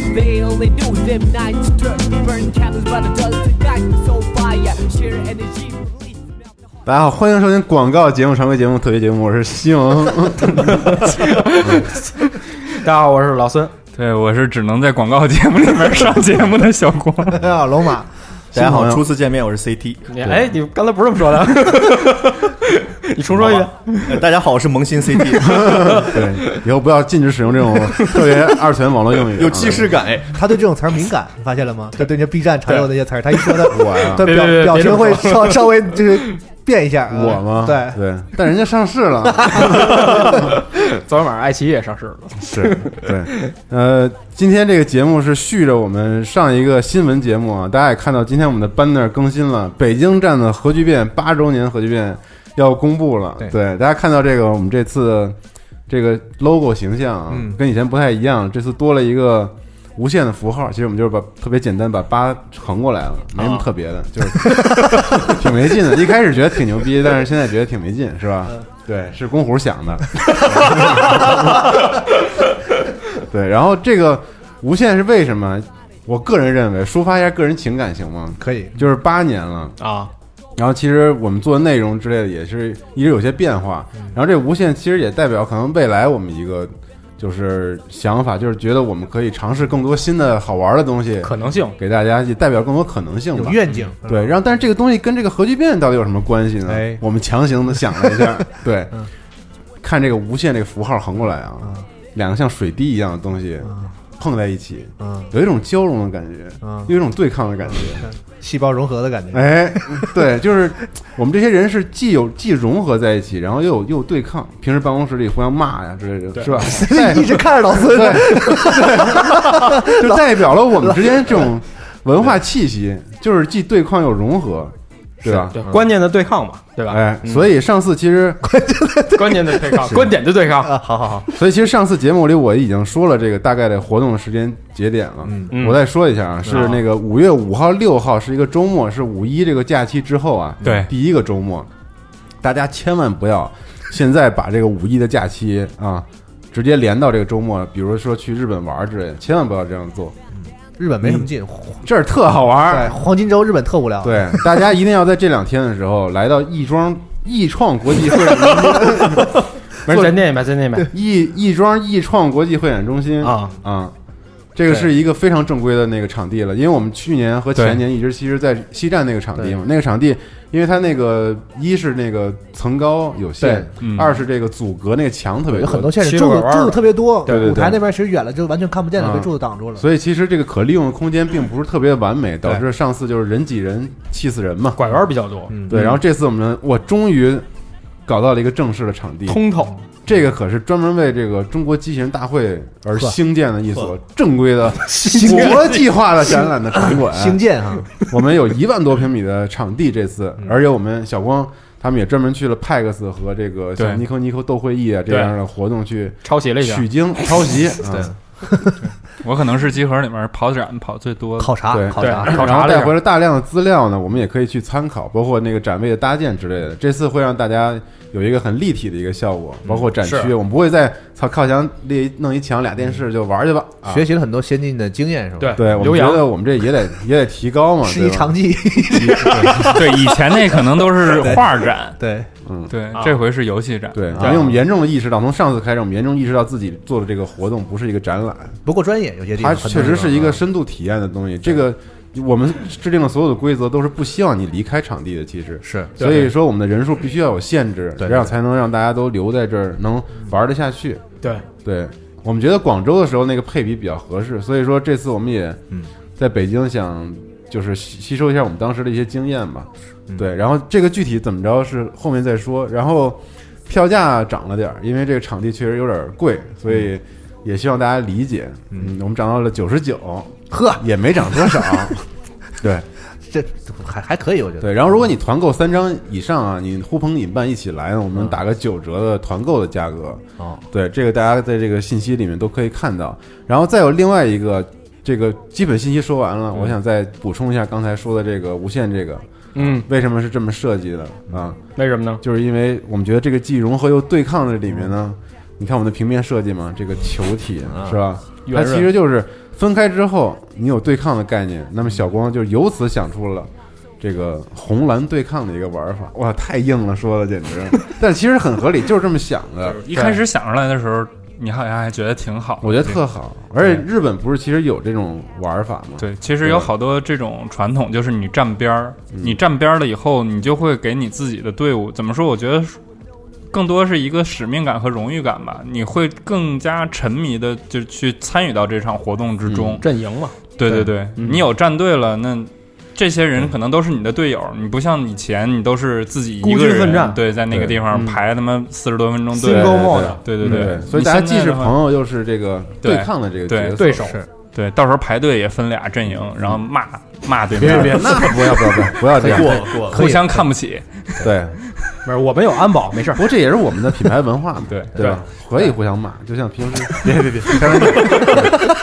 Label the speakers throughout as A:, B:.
A: they do them nights dirt. Burn candles by the dozen, night so fire. Sheer energy release. Melt the heart.
B: 大家好，欢迎收听广告节目、常规节目、特别节目，我是西蒙。
C: 大家好，我是老孙。
D: 对，我是只能在广告节目里面上节目的小 光。
E: 大家好，龙哎马，
B: 大家好，
F: 初次见面，我是 CT。
C: 你哎，你刚才不是这么说的？ 你重说一遍。
F: 呃大家好，我是萌新 CT，
B: 对，以后不要禁止使用这种特别二次元网络用语，
F: 有既视感哎。
E: 他对这种词儿敏感，你发现了吗？就对那 B 站常用的那些词儿，他一说 他，
B: 我啊呀
E: 对
C: 别别别
E: 表表
C: 别这么
E: 情会稍稍微就是变一下。
B: 啊。我吗？
E: 对，
B: 对，但人家上市了，
C: 昨天晚上爱奇艺也上市了，
B: 是，对，呃，今天这个节目是续着我们上一个新闻节目啊，大家也看到，今天我们的 banner 更新了，北京站的核聚变八周年核聚变要公布了，
E: 对
B: 对，大家看到这个我们这次这个 logo 形象啊，
E: 嗯
B: 跟以前不太一样，这次多了一个无限的符号。其实我们就是把特别简单把八横过来了，没什么特别的，就是挺没劲的。一开始觉得挺牛逼，但是现在觉得挺没劲，是吧？对，是公虎想的。对，然后这个无限是为什么？我个人认为，抒发一下个人情感行吗？
E: 可以，
B: 就是八年了，
C: 啊，
B: 然后其实我们做的内容之类的也是一直有些变化，然后这无限其实也代表可能未来我们一个就是想法，就是觉得我们可以尝试更多新的好玩的东西，
C: 可能性
B: 给大家也代表更多可能性
E: 有
B: 吧。
E: 愿景。
B: 对，然后但是这个东西跟这个核聚变到底有什么关系呢？
E: 嗯哎
B: 我们强行的想了一下，对，看这个无限这个符号横过来啊，两个像水滴一样的东西碰在一起，
E: 嗯
B: 有一种交融的感觉，
E: 嗯，
B: 有一种对抗的感觉。
E: 细胞融合的感 觉。
B: 哎，对，就是我们这些人是既有既融合在一起，然后又有又有对抗。平时办公室里互相骂呀之类的，是吧？代
E: 一直看着老孙，
B: 对，就代表了我们之间这种文化气息，就是既对抗又融合，对吧？
C: 对关键的对抗嘛，对吧？
B: 哎，所以上次其实，
C: 关键的对抗，
B: 是
C: 观点的对抗。
E: 啊，好好好，
B: 所以其实上次节目里我已经说了这个大概的活动的时间节点了。
C: 嗯
B: 我再说一下啊，是
C: 嗯
B: 那个五月五号、六号是一个周末，是五一这个假期之后啊，
D: 对
B: 第一个周末，大家千万不要现在把这个五一的假期啊直接连到这个周末，比如说去日本玩之类的，千万不要这样做，
E: 日本没什么劲，
B: 这儿特好玩
E: 对，
B: 儿。
E: 黄金周日本特无聊。，
B: 嗯对，大家一定要在这两天的时候来到亦庄亦创国际会展中心，
C: 没事，再念一遍，再念 一遍
B: 亦亦庄亦创国际会展中心
C: 啊！
B: 啊，这个
C: 对
B: 是一个非常正规的那个场地了，因为我们去年和前年一直其实在西站那个场地嘛，那个场地，因为它那个一是那个层高有限
E: 对，
D: 嗯
B: 二是这个阻隔那个墙特别
E: 有
B: 多
E: 很多线
C: 七
E: 是
C: 个
E: 柱子
C: 弯儿
E: 柱子特别多，
B: 对对对
E: 舞台那边其实远了就完全看不见了，
B: 啊
E: 被柱子挡住了。
B: 所以其实这个可利用的空间并不是特别完美，
E: 对
B: 导致上次就是人挤人气死人嘛。
C: 拐弯比较多，
E: 嗯
B: 对，然后这次我们我终于搞到了一个正式的场地，
C: 通透。
B: 这个可是专门为这个中国机器人大会而
E: 呵
B: 兴建的一所正规 的国际化的展览的场馆。
E: 星舰啊，
B: 我们有一万多平米的场地这次，
C: 嗯
B: 而且我们小光他们也专门去了 PAX 和这个像
D: 对
B: Nico Nico 斗会议啊这样的活动去
C: 抄袭了一下，
B: 取 经抄袭。
D: 对
B: 啊
D: 我可能是集合里面跑展跑最多的。
E: 考察
B: 对
E: 考察，
C: 对考
B: 然
C: 察
B: 后
C: 了一
B: 带
C: 下
B: 回了大量的资料呢，我们也可以去参考，包括那个展位的搭建之类的。这次会让大家有一个很立体的一个效果，包括展区，
C: 是嗯
B: 我们不会再靠靠墙立弄一墙俩电视就玩去吧。啊
E: 学习了很多先进的经验，是吧？
C: 对，
B: 对，我
C: 留
B: 们觉
C: 洋
B: 得我们这也得也得提高嘛，
E: 是一
B: 对吧
E: 长技。
D: 对，以前那可能都 是画展，
E: 对，
D: 对，这回是游戏展。
B: 啊 对，因为我们严重的意识到，从上次开始，我们严重意识到自己做的这个活动不是一个展览，
E: 不够专业，有些地
B: 它
E: 方啊
B: 确实是一个深度体验的东西。这个我们制定了所有的规则，都是不希望你离开场地的。其实，
E: 是
B: 所以说我们的人数必须要有限制，
E: 对
B: 这样才能让大家都留在这儿，能玩得下去。
C: 对，
B: 对我们觉得广州的时候那个配比比较合适，所以说这次我们也
E: 嗯
B: 在北京想就是吸吸收一下我们当时的一些经验吧。
E: 嗯
B: 对，然后这个具体怎么着是后面再说。然后票价涨了点儿，因为这个场地确实有点贵，所
E: 嗯
B: 以也希望大家理解。嗯，我们涨到了九十九，
E: 呵，
B: 也没涨多少。对
E: 这还还可以，我觉得
B: 对，然后如果你团购三张以上啊，你呼朋引伴一起来呢，我们打个九折的团购的价格。
E: 哦，
B: 对，这个大家在这个信息里面都可以看到。然后再有另外一个，这个基本信息说完了，我想再补充一下刚才说的这个无线这个
C: 嗯，
B: 为什么是这么设计的啊？
C: 为什么呢？
B: 就是因为我们觉得这个既融合又对抗的里面呢，你看我们的平面设计嘛，这个球体是吧？它
C: 圆
B: 其
C: 润
B: 实就是分开之后，你有对抗的概念，那么小光就由此想出了这个红蓝对抗的一个玩法。哇，太硬了，说的简直，但其实很合理，就是这么想的。
D: 一开始想出来的时候，你好像还觉得挺好，
B: 我觉得特好，而且日本不是其实有这种玩法吗？
D: 对。其实有好多这种传统，就是你站边儿，你站边儿了以后，你就会给你自己的队伍怎么说？我觉得更多是一个使命感和荣誉感吧。你会更加沉迷的就去参与到这场活动之中。
C: 阵营嘛，
D: 对
B: 对
D: 对对，你有战队了，那这些人可能都是你的队友，你不像以前你都是自己一
C: 孤
D: 个
C: 军奋
D: 人
C: 战
D: 对，在那个地方
C: 嗯
D: 排他妈四十多分钟
B: 对对
D: 队
C: Single
B: 对
C: mode
D: 嗯对对对，
B: 所以大家既是
D: 你现在的话
B: 朋友，又是这个对抗的这个
D: 对
B: 角色。
C: 对手
D: 对，到时候排队也分俩阵营，然后骂骂对
B: 别
D: 面，
B: 别，那不要不要不要 不要这样。
F: 过过
E: 可 以
D: 互相看不起。
B: 对，
C: 不是我们有安保，没事儿
B: 不。过这也是我们的品牌文化嘛，
D: 对
B: 对吧？可以互相骂，就像平 时别别别，开玩笑。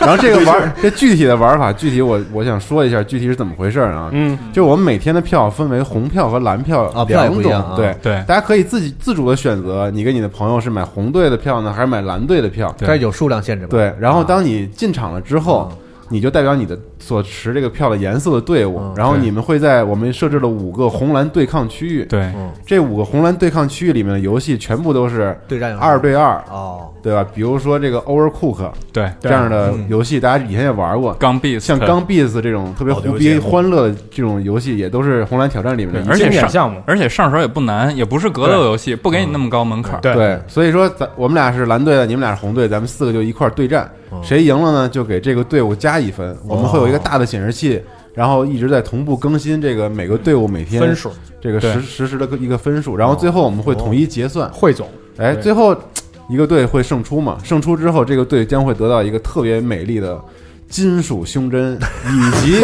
B: 然后这个玩这具体的玩法，具体我我想说一下具体是怎么回事儿啊？
C: 嗯，
B: 就我们每天的票分为红票和蓝票
E: 啊票也
B: 两
E: 不一
B: 种，
E: 样啊
B: 对
D: 对
B: 大家可以自己自主的选择，你跟你的朋友是买红队的票呢，还是买蓝队的票？
D: 对啊
E: 但是有数量限制吧？
B: 对，然后当你进场了之后，你就代表你的所持这个票的颜色的队伍，
E: 嗯
B: 然后
D: 啊对
B: 你们会在我们设置了五个红蓝对抗区域，
D: 对
B: 这五个红蓝对抗区域里面的游戏全部都是
E: 对战游戏
B: 二对二，
E: 哦，
B: 对吧？比如说这个 Overcook
D: 对，
B: 这样的游戏，大家以前也玩过。
D: 刚毙
B: 像钢 beats 这种特别
F: 老游
B: 胡逼
F: 戏
B: 欢乐的这种游戏，也都是红蓝挑战里面的一
D: 而且
C: 经典
D: 上
C: 项目
D: 而且上手也不难，也不是格斗游戏，不给你那么高门槛。
C: 对
B: 对，所以说咱我们俩是蓝队的，你们俩是红队，咱们四个就一块儿对战，谁赢了呢，就给这个队伍加一分。我们会有一个大的显示器，然后一直在同步更新这个每个队伍每天
C: 分数
B: 这个
D: 对
B: 实实时的一个分数，然后最后我们会统一结算。
C: 汇总，
B: 哎，
C: 对
B: 最后一个队会胜出嘛？胜出之后，这个队将会得到一个特别美丽的金属胸针，以及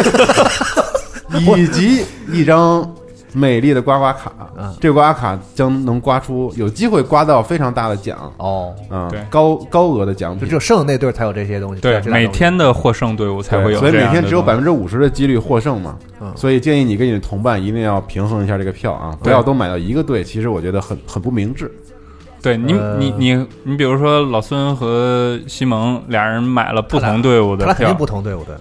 B: 以及一张美丽的刮刮卡
E: 嗯。
B: 这个刮刮卡将能刮出，有机会刮到非常大的奖
E: 哦，
B: 啊
D: 对，
B: 高高额的奖
E: 就
B: 品
E: 只。有剩的那队儿才有这些东西。
D: 对
E: 才，有这俩
D: 每
E: 东西
D: 天的获胜队伍才会有
B: 所
D: 这
B: 以
D: 样的东
B: 每
D: 西，
B: 天只有百分之五十的几率获胜嘛，
E: 嗯
B: 所以建议你跟你的同伴一定要平衡一下这个票啊，不要都买到一个队，其实我觉得很很不明智。
D: 对你
E: 呃
D: 你你你，比如说老孙和西蒙俩人买了不
E: 他俩
D: 同队伍
E: 他
D: 的
E: 俩肯
D: 票
E: 定，不同队伍的，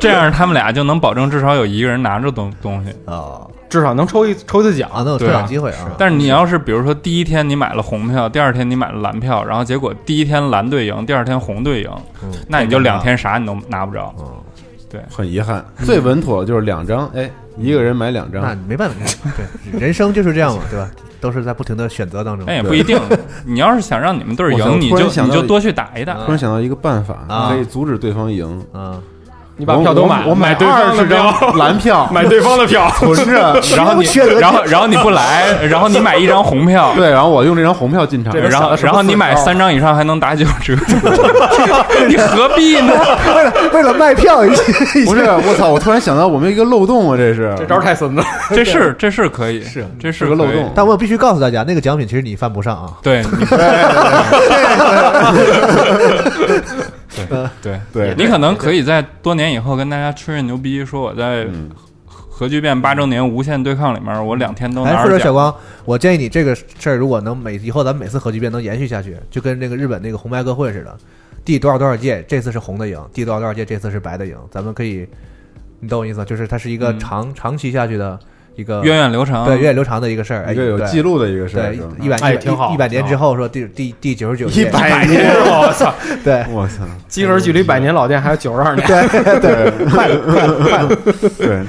D: 这样他们俩就能保证至少有一个人拿着东东西。
E: 啊
C: 至少能抽一抽一次奖
E: 啊，能有抽
D: 对啊
E: 奖机会啊。
D: 但是你要是比如说第一天你买了红票，第二天你买了蓝票，然后结果第一天蓝队赢，第二天红队赢，
B: 嗯
D: 那你就两天啥你都拿不着。
B: 很遗憾，
C: 嗯
B: 最稳妥的就是两张，哎，一个人买两
E: 那
B: 张，
E: 没办法，对，人生就是这样嘛，对吧？都是在不停的选择当中。
D: 但也不一 定，你要是想让你们队儿
B: 我想
D: 赢，你
B: 突然
D: 就
B: 想
D: 你
B: 到嗯
D: 就
B: 一
D: 多去打一打。
B: 突然想到一个办法，
E: 啊
B: 可以阻止对方赢。
E: 啊，
C: 你把票都买了，
B: 我我
C: 买
B: 买
C: 对
B: 二
C: 方的
B: 十
C: 票，
B: 张蓝票，
C: 买对方的票，
B: 存着，
D: 然后你
E: 缺德，
D: 然后然后你不来，然后你买一张红票，
B: 对，然后我用 这张红票进场，
C: 这边
D: 然后
C: 想的什么
D: 然后你买
C: 损招
D: 三张以上还能打九折， 你何必呢？
E: 为了 为了卖票已经
B: 不是，我操，我突然想到我们一个漏洞啊，这是
C: 这招太损了。
D: 这是这是可以，是这
B: 是个漏
D: 可以
B: 洞。
E: 但我必须告诉大家，那个奖品其实你犯不上啊。
D: 对，你 对对
B: 对
D: 你可能可以在多年以后跟大家吹吹牛逼，说我在
B: 嗯
D: 核聚变八周年无限对抗里面，我两天都
E: 哎，
D: 拿
E: 或
D: 着
E: 者小
D: 奖。
E: 光，我建议你这个事儿，如果能每以后咱们每次核聚变能延续下去，就跟那个日本那个红白歌会似的，第多少多少届这次是红的赢，第多少多少届这次是白的赢，咱们可以，你懂我意思吗？就是它是一个
D: 嗯
E: 长、长期下去的一个
D: 源远流长，
E: 对源远流长的一个事儿，哎，
B: 一个有
E: 对
B: 记录的一个事儿
E: 对，一一百
C: 哎
E: 一
C: 挺
E: 百
C: 好
E: 一百年
C: 挺
E: 之后说第第第九十九届，
B: 百年，
C: 我操！
E: 对
B: 我操，
C: 鸡儿距离百年老店还有九十二年，
B: 对。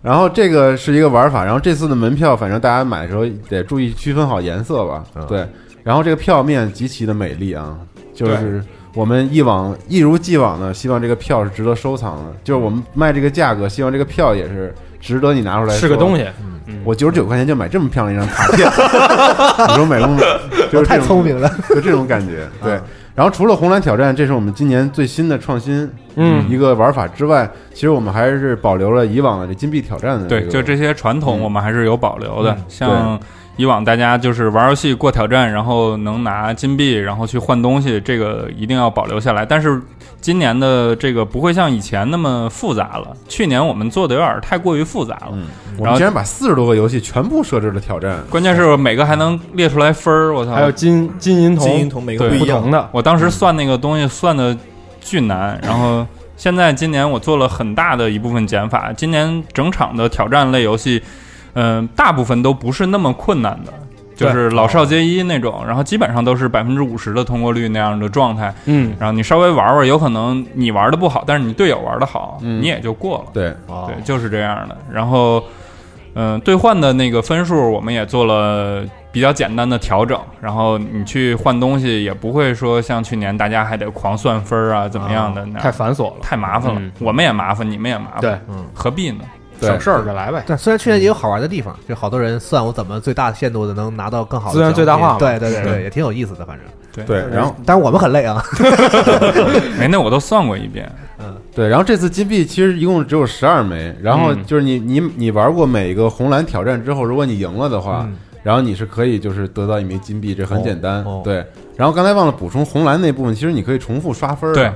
B: 然后这个是一个玩法，然后这次的门票，反正大家买的时候得注意区分好颜色吧。
C: 嗯
B: 对，然后这个票面极其的美丽啊，就是我们一往一如既往的，希望这个票是值得收藏的，就是我们卖这个价格，希望这个票也是值得你拿出来
C: 是个
B: 说
C: 东。西。
B: 我九十九块钱就买这么漂亮一张卡片，你说美不美？就是这种
E: 太聪明了，
B: 就这种感觉。对，然后除了红蓝挑战，这是我们今年最新的创新，
C: 嗯
B: 一个玩法之外，其实我们还是保留了以往的这金币挑战的、
D: 对，就这。些传统我们还是有保留的，像
B: 对。
D: 以往大家就是玩游戏过挑战，然后能拿金币，然后去换东西，这个一定要保留下来。但是今年的这个不会像以前那么复杂了。去年我们做的有点太过于复杂了，
B: 嗯我
D: 然
B: 们
D: 后
B: 竟然把四十多个游戏全部设置了挑战，
D: 关键是每个还能列出来分儿，我操！
C: 还有金金银铜
F: 金银铜每个
D: 对
C: 不
F: 不一样
C: 同，的，
D: 我当时算那个东西算的巨难，然后现在今年我做了很大的一部分减法，今年整场的挑战类游戏，嗯、大部分都不是那么困难的。就是老少皆宜那种，然后基本上都是百分之五十的通过率那样的状态，
C: 嗯，
D: 然后你稍微玩玩，有可能你玩的不好，但是你队友玩的好，你也就过了。
B: 对，
E: 哦
D: 对，就是这样的。然后，嗯、兑换的那个分数我们也做了比较简单的调整，然后你去换东西也不会说像去年大家还得狂算分儿啊，怎么样的
B: 哦
D: 那样、
C: 太繁琐了，
D: 太麻烦了、
C: 嗯
D: 我们也麻烦，你们也麻烦，
C: 对，
D: 何必呢？
B: 对
C: 省事儿就来呗。
E: 但虽然去年也有好玩的地方，就好多人算我怎么最大限度的能拿到更好的
C: 资源
E: 奖
C: 最大化嘛
E: 品对对对
D: 是
E: 对，也挺有意思的，反正。
D: 对
B: 对，然后
E: 但是我们很累啊，
D: 哎，那我都算过一遍，
B: 对，然后这次金币其实一共只有十二枚，然后
C: 嗯
B: 就是你你你玩过每个红蓝挑战之后，如果你赢了的话，
D: 嗯
B: 然后你是可以就是得到一枚金币，这很简单，
E: 哦哦
B: 对。然后刚才忘了补充红蓝那部分，其实你可以重复刷分儿
D: 对
B: 的，，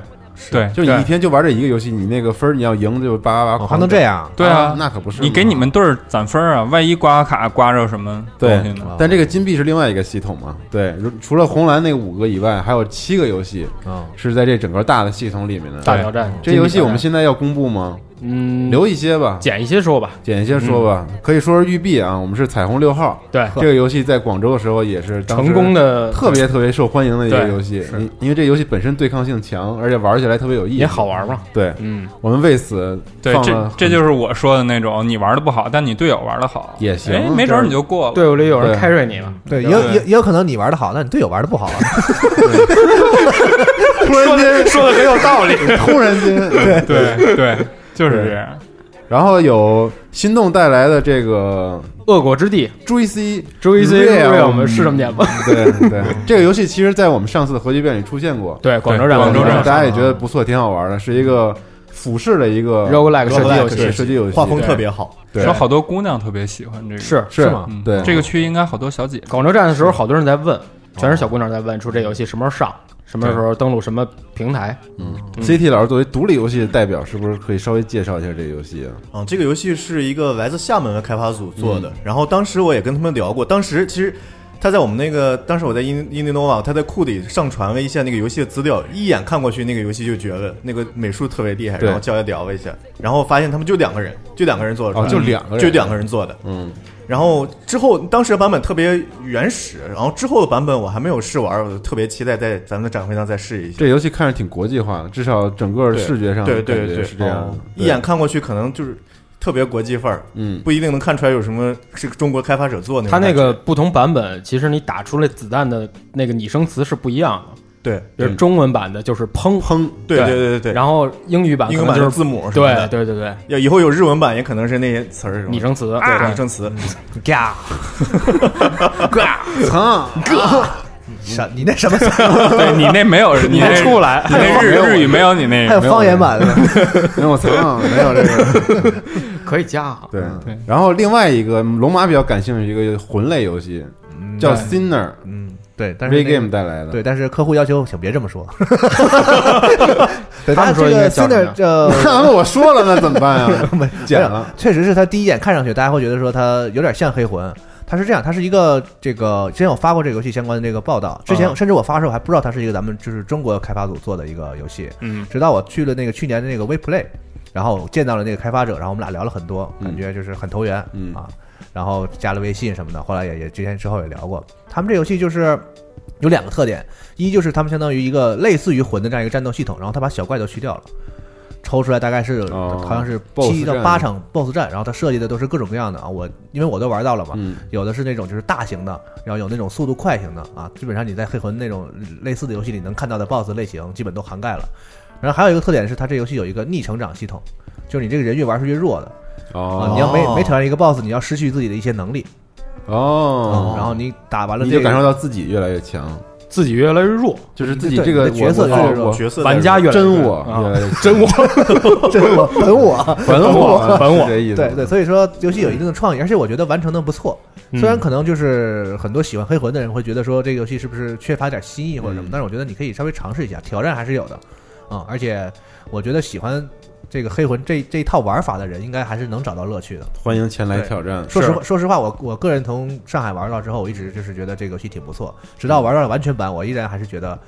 D: 对，
B: 就你一
D: 对
B: 天就玩这一个游戏，你那个分儿你要赢就叭叭叭
E: 哦
B: 狂
E: 还能这样？
D: 对啊，
B: 那可不是嘛
D: 你给你们队儿攒分儿啊，万一刮卡刮着什么东
B: 对
D: 西呢？
B: 但这个金币是另外一个系统嘛？对，如除了红蓝那五个以外，还有七个游戏
E: 嗯，
B: 是在这整个大的系统里面的。
C: 大挑战，
B: 这游戏我们
C: 先
B: 现在要公布吗？
C: 嗯
B: 留一些吧，
C: 捡一些说吧。
B: 简先说吧，
C: 嗯
B: 可以说是育碧啊，我们是彩虹六号
C: 对，
B: 这个游戏在广州的时候也是当时
C: 成功的
B: 特别特别受欢迎的一个
C: 对
B: 游戏，因因为这游戏本身对抗性强，而且玩起来特别有意思，
C: 也好。玩嘛。
B: 对
C: 嗯，
B: 我们为此
D: 对，
B: 放
D: 这
B: 了
D: 这就是我说的那种，你玩的不好，但你队友玩的好
B: 也行
D: 哎没准儿你就过了。
C: 队伍里有人
B: 对
C: 开瑞你了，
E: 对，也
D: 对
E: 有也也有可能你玩的好，但你队友玩的不好啊。
B: 突然间
C: 说的很有道理。
B: 突然 间 对。
D: 对对，就是这样。
B: 然后有心动带来的这个
C: 恶果之地
B: JC
C: ，JC
B: Realm
C: 我们是这么念吗？
B: 对对，这个游戏其实，在我们上次的核聚变里出现过，
C: 对，广州站，
D: 广州
B: 然后
D: 站
B: 大家也觉得不错，挺好玩的，是一个俯视的一个
C: roguelike 射击游
B: roguelike
C: 戏
B: 射击游戏，
F: 画风特别好。
B: 对
D: 说好多姑娘特别喜欢这个，
C: 是
B: 是
C: 吗？
D: 嗯
B: 对
D: 这个区应该好多 小姐姐。
C: 广州站的时候，好多人在问，全是小姑娘在问，说这游戏什么时候上，什么时候登录什么平台？
B: CT 老师作为独立游戏的代表，是不是可以稍微介绍一下这个游戏啊？
F: 嗯，这个游戏是一个来自厦门的开发组做
B: 嗯
F: 的，然后当时我也跟他们聊过，当时其实。他在我们那个，当时我在 In Innova，他在库里上传了一下那个游戏的资料，一眼看过去，那个游戏就觉得那个美术特别厉害，
B: 对
F: 然后叫来聊了一下，然后发现他们就两个人，就两个人做的出来，
B: 哦就两个人
F: 就两个人做的，
B: 嗯，
F: 然后之后当时的版本特别原始，然后之后的版本我还没有试玩，我就特别期待在咱们的展会上再试一下。
B: 这游戏看着挺国际化的，至少整个视觉上
F: 对对
B: 感觉
F: 对，
B: 是这样的
F: 哦，
B: 对
F: 一眼看过去可能就是特别国际范儿，
B: 嗯，
F: 不一定能看出来有什么是中国开发者做的
C: 它
F: 种
C: 那
F: 感
C: 个
F: 觉。
C: 不同版本，其实你打出来子弹的那个拟声词是不一样的，
F: 对
C: 比如中文版的就是砰，
B: 砰，
F: 对
C: 对
F: 对对对对，
C: 然后英语版
F: 英
C: 可能
F: 文版
C: 就
F: 的
C: 是
F: 字母什
C: 对
F: 么的，
C: 对对对，
F: 要以后有日文版也可能是那些词儿什么的
C: 拟声啊嗯词
F: 对拟
C: 对
F: 声词，
E: 嘎
B: 疼，
E: 什你那什么？
D: 对你那没有，你那
C: 出不来
D: 你那日日语没有你那
B: 哎
E: 还有
D: 个。
E: 方言版的，
B: 没有疼，没有这个。
C: 可以加啊，
B: 嗯对
D: 对，
B: 然后另外一个龙马比较感兴趣一个魂类游戏，叫 Sinner
E: 嗯， 对，但是那
B: V
E: 个
B: Game 带来的，
E: 对，但是客户要求请别这么说。对
C: 他们说
E: 这
C: 应该
E: 个
C: 叫
E: 新
C: 什
E: 的
C: 么
E: 这
B: 看完我说了那怎么办 啊 呀？
E: 没
B: 剪
E: 没有
B: 了
E: 确实是他第一眼看上去，大家会觉得说他有点像黑魂。他是这样，他是一个这个之前我发过这个游戏相关的这个报道，之前甚至我发的时候还不知道它是一个咱们就是中国开发组做的一个游戏，
D: 嗯，
E: 直到我去了那个去年的那个 WePlay，然后见到了那个开发者，然后我们俩聊了很多，
B: 嗯
E: 感觉就是很投缘、
B: 嗯
E: 啊，然后加了微信什么的，后来也也之前之后也聊过，他们这游戏就是有两个特点，一就是他们相当于一个类似于魂的这样一个战斗系统，然后他把小怪都去掉了。抽出来大概是、
B: 哦
E: 好像是
B: BOSS
E: 七到
B: 战
E: 八场 BOSS 战，然后他设计的都是各种各样的啊，我因为我都玩到了嘛，
B: 嗯，
E: 有的是那种就是大型的，然后有那种速度快型的啊，基本上你在黑魂那种类似的游戏里能看到的 BOSS 类型，基本都涵盖了。然后还有一个特点是，它这游戏有一个逆成长系统，就是你这个人越玩是越弱的啊，
B: 哦
E: 你要每
F: 哦
E: 每挑战一个 BOSS，你要失去自己的一些能力，嗯
B: 哦，
E: 然后你打完了
B: 你
E: 这
B: 就
E: 个
B: 感受到自己越来越强，
C: 自己越来越弱，
B: 就是自己这个
E: 对你的角色
B: 我
E: 越来越弱
B: 我
F: 角色
C: 玩家越来越
B: 真我
C: 啊
B: 越 来越强
C: 真我
E: 这我本我，
B: 本我
C: 本我
B: 是这意思，
E: 对对，所以说游戏有一定的创意，而且我觉得完成的不错。虽
B: 嗯
E: 然可能就是很多喜欢黑魂的人会觉得说这个游戏是不是缺乏点新意或者什么，
B: 嗯
E: 但是我觉得你可以稍微尝试一下，挑战还是有的。嗯，而且我觉得喜欢这个黑魂这这一套玩法的人，应该还是能找到乐趣的。
B: 欢迎前来挑战。
E: 说实话，说实话，我我个人从上海玩到之后，我一直就是觉得这个游戏挺不错。直到玩到了完全版，我依然还是觉得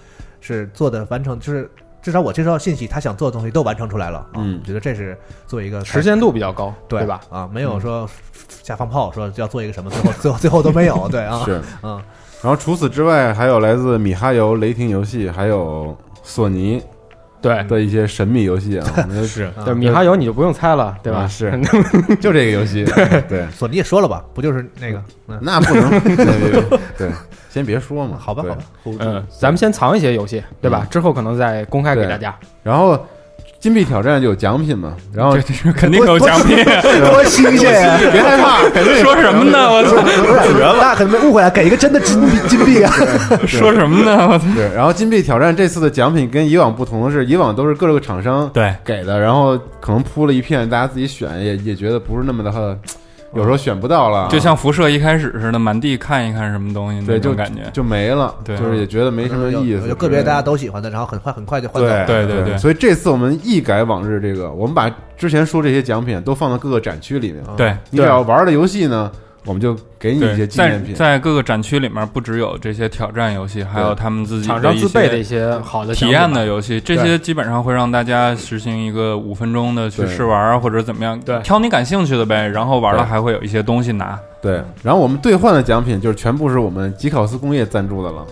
E: 是做的完成，就是至少我接收到信息，他想做的东西都完成出来了。啊
B: 嗯
E: 觉得这是做一个
C: 实现度比较高，
E: 对
C: 吧？？
E: 啊，没有说下放炮说要做一个什么，最后最后最后都没有。对啊，
B: 是，
E: 嗯，
B: 然后除此之外，还有来自米哈游、雷霆游戏，还有索尼
C: 对，
B: 的一些神秘游戏啊，
F: 是
E: 啊
C: 对米哈游你就不用猜了，对吧？
B: 啊 是 就这个游戏，啊对，
E: 索尼也说了吧，不就是那个嗯，
B: 那不能，对对对对，先别说嘛，
E: 好吧
B: 对
E: 好吧。，
C: 嗯，咱们先藏一些游戏，对吧？之后可能再公开给大家。
B: 然后金币挑战有奖品嘛，然后
D: 肯定有奖品。
E: 多新鲜 啊呀！
B: 别害怕，肯定有
D: 说什么呢？我操！
E: 大家可能被误会了，给一个真的金币金币啊！
D: 说什么呢？我操！
B: 对，然后金币挑战这次的奖品跟以往不同的是，以往都是各个厂商
D: 对，
B: 给的，然后可能铺了一片，大家自己选，也也觉得不是那么的，呃有时候选不到了，
D: 嗯就像辐射一开始似的，满地看一看什么东西，
B: 对，
D: 那
B: 就
D: 种感觉。
B: 就没了，
D: 对
B: 就是也觉得没什么意思，
E: 有个别大家都喜欢的，然后很快很快就换到
B: 对
E: 了
D: 对对
B: 对
D: 对
B: 所以这次我们一改往日这个，我们把之前说这些奖品都放到各个展区里面，
E: 嗯
D: 对，
B: 你只要玩的游戏呢，我们就给你一些
D: 对，
B: 纪念
D: 在
B: 品，
D: 在各个展区里面，不只有这些挑战游戏，还有他们自己
C: 厂商
D: 一
C: 自备的一
D: 些
C: 些好的
D: 体验的游戏，这
B: 对
D: 些基本上会让大家实行一个五分钟的去
B: 对
D: 试玩啊或者怎么样，
C: 对
D: 挑你感兴趣的呗，然后玩了
B: 对
D: 还会有一些东西拿。
B: 对，然后我们兑换的奖品就是全部是我们吉考斯工业赞助的了，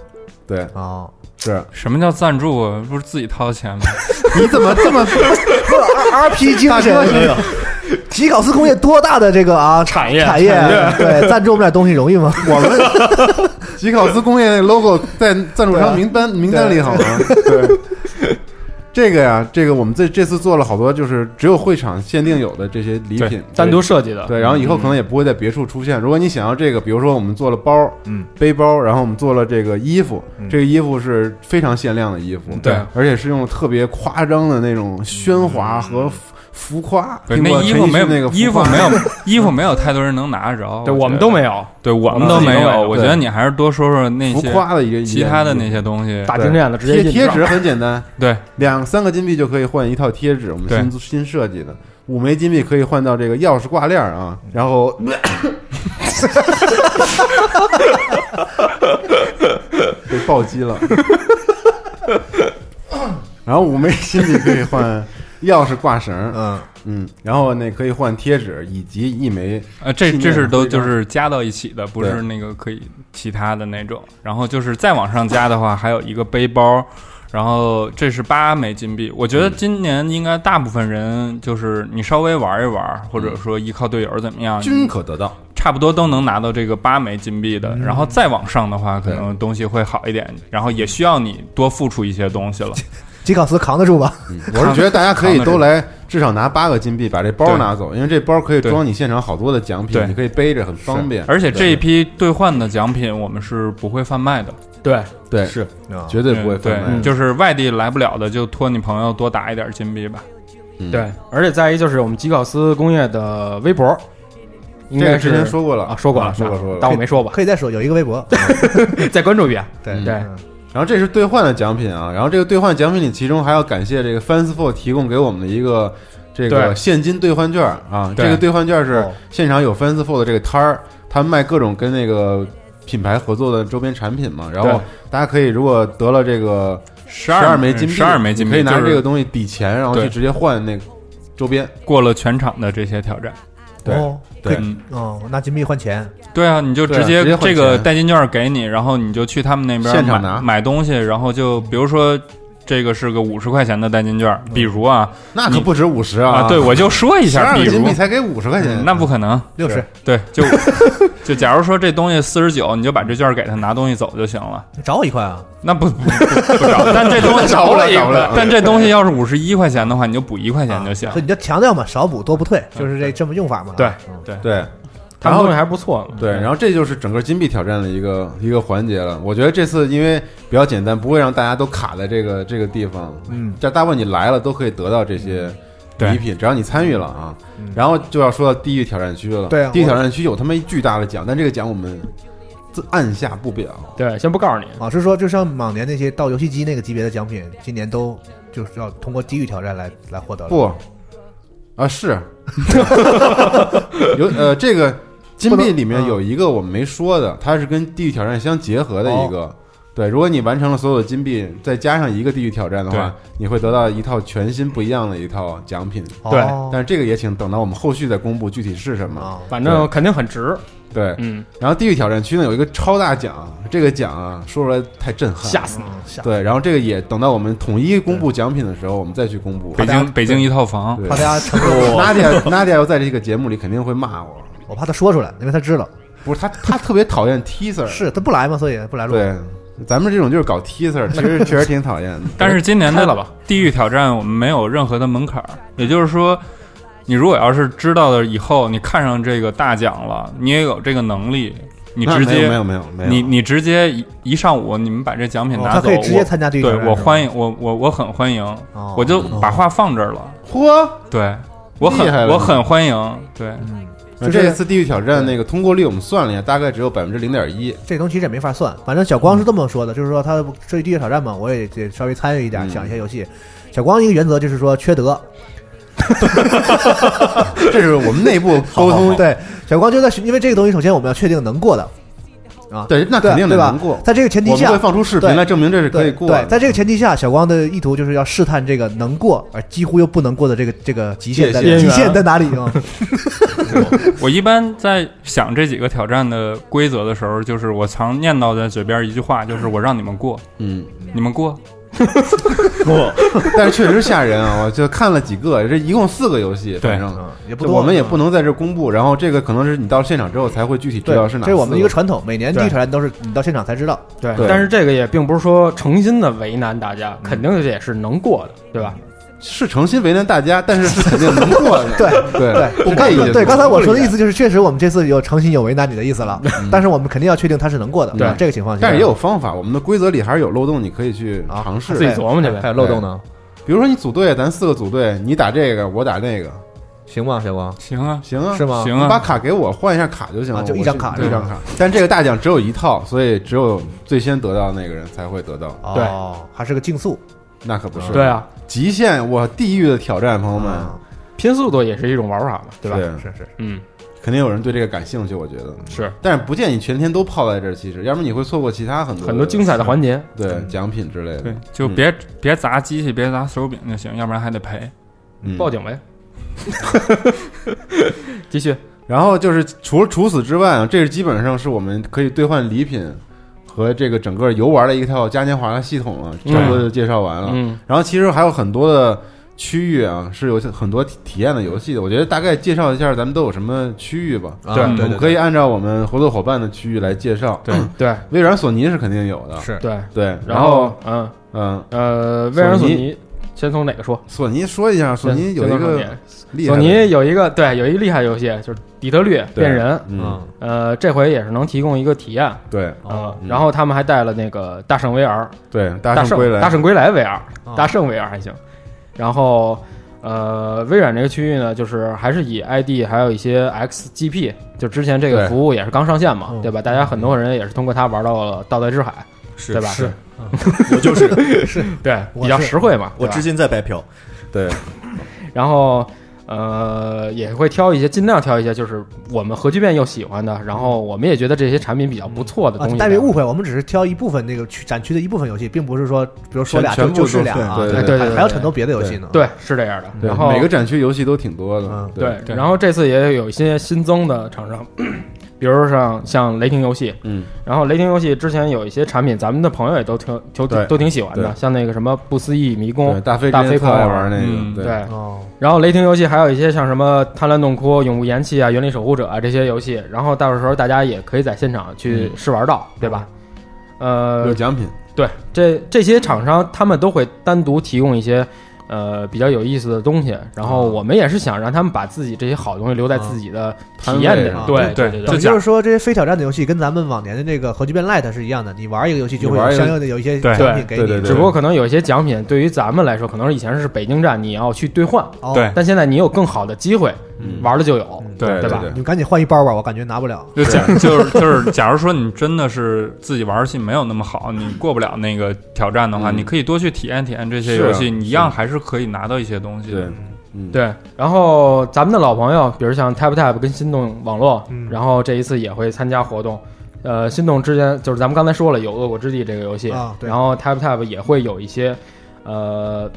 B: 对，
E: 哦，
B: 是，
D: 什么叫赞助啊？不是自己掏钱吗？
B: 你怎么这么
E: R P 精
F: 哎
E: 神，
F: 呀，
E: 吉考斯工业多大的这个啊产业产业？对，赞助我们点东西容易吗？
B: 我们吉考斯工业那 logo 在赞助商名单、名单里好吗？对，这个呀，这个我们这这次做了好多，就是只有会场限定有的这些礼品，
C: 单独设计的，
B: 对，然后以后可
D: 嗯
B: 能也不会在别处出现。如果你想要这个，比如说我们做了包，
F: 嗯，
B: 背包，然后我们做了这个衣服，
F: 嗯
B: 这个衣服是非常限量的衣服，
D: 对
B: 而且是用特别夸张的那种喧哗和浮浮夸，
D: 嗯对，
B: 听过
D: 那衣服
B: 陈奕迅
D: 没有，
B: 那个
D: 衣
B: 浮
D: 服
B: 夸
D: 没有，衣服没有太多人能拿着。
C: 对
D: 我
C: 我
D: 觉
C: 们
D: 得
C: 都没有
D: 对我们都
C: 我们自己
D: 没
C: 都没
D: 有。
C: 有
D: 我
B: 对
D: 觉得你还是多说说那
B: 浮
D: 些
B: 夸的一个
D: 其他的那
B: 些。
D: 些东西。
C: 大金链子直接
B: 贴
C: 印
B: 贴
C: 上
B: 纸很简单，
D: 对
B: 两三个金币就可以换一套贴纸，我们
D: 对
B: 新新设计的，五枚金币可以换到这个钥匙挂链儿啊，然 后被暴击了， 然后五枚金币可以换钥匙挂绳儿，
E: 嗯，
B: 嗯，然后那可以换贴纸以及一枚
D: 呃，这
B: 纪念
D: 这是都
B: 徽章
D: 就是加到一起的，不是
B: 对
D: 那个可以其他的那种。然后就是再往上加的话，还有一个背包，然后这是八枚金币。我觉
B: 嗯
D: 得今年应该大部分人就是你稍微玩一玩，或
B: 嗯
D: 者说依靠队友怎么样，
B: 均可得到，
D: 差不多都能拿到这个八枚金币的。然后再往上的话，
B: 嗯
D: 可
B: 对
D: 能东西会好一点，然后也需要你多付出一些东 西了。
E: 吉考斯扛得住吧？
B: 我是觉得大家可以都来，至少拿八个金币把这包拿走，因为这包可以装你现场好多的奖品
D: 对，
B: 你可以背着，很方便。
D: 而且这一批兑换的奖品，我们是不会贩卖的。
C: 对，
B: 对
F: 是
E: 啊
B: 绝对不会贩卖
D: 嗯对，
B: 的。
D: 就是外地来不了的，就托你朋友多打一点金币吧。
B: 嗯
C: 对，，而且再一就是我们吉考斯工业的微博，应
B: 这
C: 该
B: 个
C: 是
B: 之前说过了
C: 啊，说过了，
B: 啊说过
C: 那
B: 说过了
C: 但我 没说吧，
E: 可以再说有一个微博，
C: 再关注一遍。
E: 对
B: 嗯
C: 对
E: 嗯
B: 然后这是兑换的奖品啊，然后这个兑换奖品里，其中还要感谢这个 Fans Four 提供给我们的一个这个
C: 对
B: 现金兑换券啊，
D: 对
B: 这个兑换券是
C: 哦
B: 现场有 Fans Four 的这个摊儿，他们卖各种跟那个品牌合作的周边产品嘛，然后
C: 对
B: 大家可以如果得了这个
D: 十
B: 十二
D: 二
B: 枚金币，
D: 十二枚金
B: 你
D: 币
B: 可以拿这个
D: 就是
B: 东西抵钱，然后去
D: 对
B: 直接换那个周边。
D: 过了全场的这些挑战。
B: 对
E: 哦，可
B: 对
E: 以
D: 嗯，
E: 哦，拿金币换钱，
D: 对啊，你就
B: 对啊
D: 直接
B: 直接换
D: 这个
B: 钱
D: 代金券给你，然后你就去他们那边
B: 现
D: 买
B: 场拿
D: 买东西，然后就比如说这个是个五十块钱的代金券，比如啊
B: 那可不止五十
D: 啊，对我就说一
B: 十
D: 下，
B: 二
D: 比
B: 个金
D: 如嗯
B: 币才给五十块钱，
D: 那不可能，
E: 六十，
D: 对， 就就假如说这东西四十九，你就把这券给他拿东西走就行了。
E: 你找我一块啊？
D: 那不不不不找，但这东 西
B: 找不了
D: 一
B: 找不了
D: 个，但这东西要是五十一块钱的话，你就补一块钱就行
E: 啊所以。你就强调嘛，少补多不退，就是这这么用法嘛。
C: 对
E: 嗯
B: 对。
C: 他们东西还不错，
B: 对，然后这就是整个金币挑战的一个一个环节了。我觉得这次因为比较简单，不会让大家都卡在这个这个地方。
E: 嗯，
B: 这大部分你来了都可以得到这些
D: 对
B: 礼品，只要你参与了啊。然后就要说到地狱挑战区了。
E: 嗯对啊
B: 地狱
E: 我
B: 挑战区有他妈一巨大的奖，但这个奖我们自按下不表。
C: 对，先不告诉你，
E: 老实说，就像往年那些到游戏机那个级别的奖品，今年都就是要通过地狱挑战来来获得了。
B: 不，啊 是，有呃这个金币里
E: 嗯
B: 面有一个我们没说的，它是跟地狱挑战相结合的一个。
E: 哦
B: 对，如果你完成了所有的金币，再加上一个地狱挑战的话，你会得到一套全新不一样的一套奖品。
E: 哦，
C: 对
B: 但是这个也请等到我们后续再公布具体是什么。
E: 啊，
C: 反正肯定很值。
B: 对，
C: 嗯，
B: 然后地狱挑战区呢有一个超大奖，这个奖啊说出来太震撼，
C: 吓死你！
E: 下
B: 对，然后这个也等到我们统一公布奖品的时候，我们再去公布。
D: 北京北京一套房，
B: 对
E: 怕大家 承认，
B: Nadia Nadia 要在这个节目里肯定会骂我，
E: 我怕他说出来，因为他知道
B: 不是他他特别讨厌 teaser，
E: 是他不来嘛，所以不来录。
B: 对，咱们这种就是搞 teaser，其 实确实挺讨厌的。
D: 但是今年
C: 开了
D: 的
C: 吧
D: 地狱挑战我们没有任何的门槛儿，也就是说，你如果要是知道了以后，你看上这个大奖了，你也有这个能力，你
B: 那
D: 直接
B: 没有没有没有，
D: 你你直接一一上午，你们把这奖品
E: 哦
D: 拿
E: 他
D: 走，
E: 可以直接参加地狱
D: 我
E: 挑
D: 对
E: 战。
D: 我
E: 是吧
D: 欢迎我我我很欢迎，
E: 哦
D: 我就把话放这儿了，
B: 嚯，
D: 对我
B: 厉害
D: 很
B: 了
D: 我很欢迎，对
E: 就这
B: 这
E: 个
B: 次地狱挑战那个通过率我们算了一下，大概只有百分之零点一。
E: 这东西其实也没法算，反正小光是这么说的，就是说他涉及地狱挑战嘛，我也得稍微参与一点，
B: 嗯
E: 想一些游戏。小光一个原则就是说缺德，
B: 这是我们内部 沟
E: 沟
B: 通
E: 通。对，小光就在寻因为这个东西，首先我们要确定能过的啊，
B: 对，那肯定得
E: 对吧
B: 能过。
E: 在这个前提
B: 我们
E: 下
B: 会，放出视频
E: 对
B: 来证明这是可以
E: 对
B: 过
E: 对，
B: 的。
E: 在这个前提下，小光的意图就是要试探这个能过而几乎又不能过的这个这个极限在
B: 界限
E: 极限在哪 里啊？
D: 我一般在想这几个挑战的规则的时候，就是我常念叨在嘴边一句话，就是我让你们过，
B: 嗯，
D: 你们过，
B: 但是确实吓人啊！我就看了几个，这一共四个游戏，
D: 对
B: 反正
E: 嗯也不
B: 就
E: 多，
B: 我们也
E: 嗯
B: 不能在这公布，然后这个可能是你到现场之后才会具体知
E: 对
B: 道是哪。
E: 这是我们一个，传统，每年地狱挑战都是你到现场才知道。
C: 对
B: 对
C: 但是这个也并不是说诚心的为难大家，肯定这也是能过的，对吧？
B: 是诚心为难大家，但是是肯定能过的。
E: 对
B: 对，不
E: 刚
B: 介意就
E: 对
B: 行
E: 刚才我说的意思就是，确实我们这次有诚心有为难你的意思了，但是我们肯定要确定它是能过的。
C: 对
E: 啊这个情况下，
B: 但是也有方法，我们的规则里还是有漏洞，你可以去
E: 啊
B: 尝试。
C: 自己琢磨去呗
E: 还。有漏洞呢，
B: 比如说你组队，咱四个组队，你打这个，我打那个，
E: 行吗，小光？
D: 行啊，
B: 行啊，
E: 是吗？
D: 行
B: 你把
D: 啊，
B: 卡给我换一下卡就行了，
E: 啊就一
B: 我
E: 张
B: 是
E: 卡
B: 对一
E: 是吧
B: 张卡。但这个大奖只有一套，所以只有最先得到那个人才会得到。
C: 对
E: 哦，还是个竞速，
B: 那可不是，
C: 对，啊，
B: 极限我地狱的挑战，朋友们，
E: 啊
C: 拼速度也是一种玩法嘛，对吧？
B: 对
E: 是是，
C: 嗯，
B: 肯定有人对这个感兴趣，我觉得。
C: 是
B: 但是不建议全天都泡在这儿，其实，要不然你会错过其他很多
C: 很多精彩的环节。
B: 对奖品之类的。
D: 对，就别别砸机器，别砸手柄就行，要不然还得赔。
B: 嗯
C: 报 警呗。 继续，
B: 然后就是除除此之外啊，这是基本上是我们可以兑换礼品和这个整个游玩的一套嘉年华的系统了，
C: 嗯
B: 差不多就介绍完了。
C: 嗯，
B: 然后其实还有很多的区域啊，是有很多体体验的游戏的。我觉得大概介绍一下咱们都有什么区域吧。
E: 啊
D: 对
C: 嗯
B: 我们可以按照我们合作伙伴的区域来介绍。
D: 对
C: 对
B: 微软、索尼是肯定有的。
E: 是
C: 对，
B: 对，
C: 然
B: 嗯后
C: 后嗯
B: 嗯，
C: 呃，微软
B: 索
C: 索
B: 尼
C: 尼先从哪个说？
B: 索尼说一下，索尼有一
C: 先从索尼
B: 个厉害
C: 索
B: 的
C: 尼有一个对有一个厉害的游戏就是底特律
B: 对
C: 变人，
B: 嗯，
C: 呃，这回也是能提供一个体验。
B: 对
E: 啊
C: 呃
B: 嗯，
C: 然后他们还带了那个大圣 VR，
B: 对，
C: 大
B: 大圣归来，哦
C: 大圣归来 VR，
E: 啊
C: 大圣 VR 还行。然后，呃，微软这个区域呢，就是还是以 ID 还有一些 XGP，就之前这
B: 对
C: 个服务也是刚上线嘛
E: 嗯，
C: 对吧？大家很多人也是通过它玩到了《盗贼之海》，
F: 是
C: 对吧？
E: 是，
F: 我就是
C: 对，
E: 我
C: 比较
E: 是啊
C: 实惠嘛。
F: 我
C: 对吧
F: 至今在白嫖，
B: 对，
C: 然后。呃，也会挑一些，尽量挑一些，就是我们核聚变又喜欢的，然后我们也觉得这些产品比较不错的
E: 啊
C: 东西。，
E: 大家别误会，我们只是挑一部分那个区展区的一部分游戏，并不是说，比如说
B: 全
E: 俩
B: 全
E: 就
B: 部都
E: 就是俩啊，
B: 对
C: 对对
E: 还
C: 对
E: 还有很多别的游戏呢。
C: 对，是这样的。
B: 对
C: 然后
B: 每个展区游戏都挺多的
E: 嗯，
C: 对，
D: 对
C: 然后这次也有一些新增的厂商， 比如像像雷霆游戏，
B: 嗯，
C: 然后雷霆游戏之前有一些产品，咱们的朋友也都挺都
B: 对
C: 都挺喜欢的，
B: 对
C: 像那个什么不思议迷
B: 对，
C: 宫，
B: 大飞
C: 嗯大
B: 之
C: 飞
B: 前特爱
C: 狂
B: 玩那
D: 嗯
B: 个，
C: 对。
E: 哦，
C: 然后雷霆游戏还有一些像什么贪婪洞窟、永无言弃啊、原力守护者啊这些游戏，然后到时候大家也可以在现场去试玩到，对吧？
B: 有
C: 呃，
B: 奖品，
C: 对，这这些厂商他们都会单独提供一些。呃，比较有意思的东西，然后我们也是想让他们把自己这些好东西留在自己的体验
B: 摊位
C: 里
B: 上，
C: 对对
D: 对
C: 对，
E: 等于
D: 假
E: 就是说，这些非挑战的游戏跟咱们往年的那个核聚变 Light 是一样的，你玩一个游戏就会
B: 你玩
E: 有
B: 一个
E: 相应的有一些
D: 对
E: 奖品给
B: 对对
E: 你
B: 对。
C: 只不过可能有一些奖品对于咱们来说，可能以前是北京站你要去兑换，
E: 哦
D: 对
C: 但现在你有更好的机会
B: 嗯
C: 玩了就有，
D: 对
B: 对
C: 吧
B: 对
E: 你们赶紧换一包吧，我感觉拿不了。
D: 就假就是就是，假如说你真的是自己玩游戏没有那么好，你过不了那个挑战的话，
B: 嗯
D: 你可以多去体验体验这些
B: 是啊
D: 游戏，你一样还是可以拿到一些东西的。
B: 对，嗯，
C: 对，然后咱们的老朋友，比如像 Tap Tap 跟心动网络，
E: 嗯
C: 然后这一次也会参加活动。呃，心动之前就是咱们刚才说了有《恶果之地》这个游戏，
E: 啊对
C: 然后 Tap Tap 也会有一些，呃，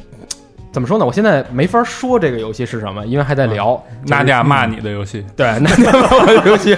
C: 怎么说呢？我现在没法说这个游戏是什么，因为还在聊。
D: 娜迪亚骂你的游戏，
C: 对，那那游戏，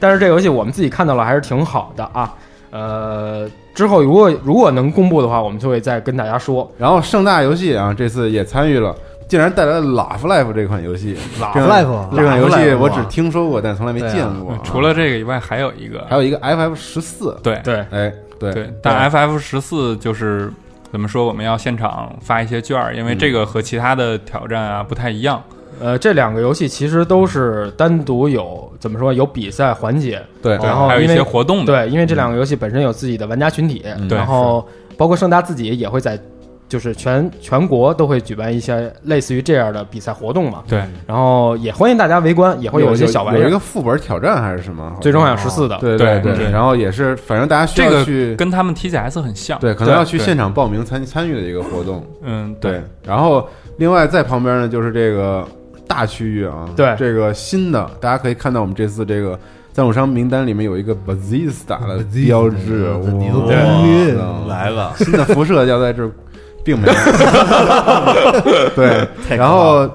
C: 但是这个游戏我们自己看到了还是挺好的啊。呃，之后如果如果能公布的话，我们就会再跟大家说。
B: 然后盛大游戏啊，这次也参与了，竟然带来了《Laugh Life》这款游戏。
E: 拉
B: 这
E: 夫
B: 款
E: 赖夫
B: 这款游
F: Laugh
B: 戏
F: Life
B: 我只听说过，但从来没
E: 对啊
B: 见过啊。
D: 嗯除了这个以外，还有一个，
B: 还有一个 FF 十四，
D: 对
C: 对，
B: 哎，对
D: 对，但 FF 十四就是怎么说，我们要现场发一些券儿，因为这个和其他的挑战啊不太一样。
C: 呃，这两个游戏其实都是单独有怎么说有比赛环节，
B: 对
D: 对
C: 然后
D: 还有一
C: 因为
D: 些活动的，
C: 对，因为这两个游戏本身有自己的玩家群体，
B: 嗯
D: 对
C: 然后包括盛大自己也会在就是全全国都会举办一些类似于这样的比赛活动嘛，
D: 对
C: 然后也欢迎大家围观，也会
B: 有
C: 一些小玩意
B: 有一
C: 儿，
B: 个副本挑战还是什么？
C: 最终幻想十
B: 好像
C: 四的，
B: 对
D: 对
B: 对，
D: 对
B: 然后也是，反正大家需
D: 这
B: 要
D: 个
B: 去。
D: 跟他们 TGS 很像。
B: 对，可能要去
D: 对
B: 现场报名参参与的一个活动。
D: 嗯，
B: 对，然后另外在旁边呢，就是这个大区域啊，
C: 对
B: 这个新的，大家可以看到我们这次这个赞助商名单里面有一个 Bazista 的标志，
E: 牛
B: 哇
E: 逼
B: 塞
F: 来了，
B: 新的辐射要在这儿，并 没有。对，
F: 太可怕了
B: 然后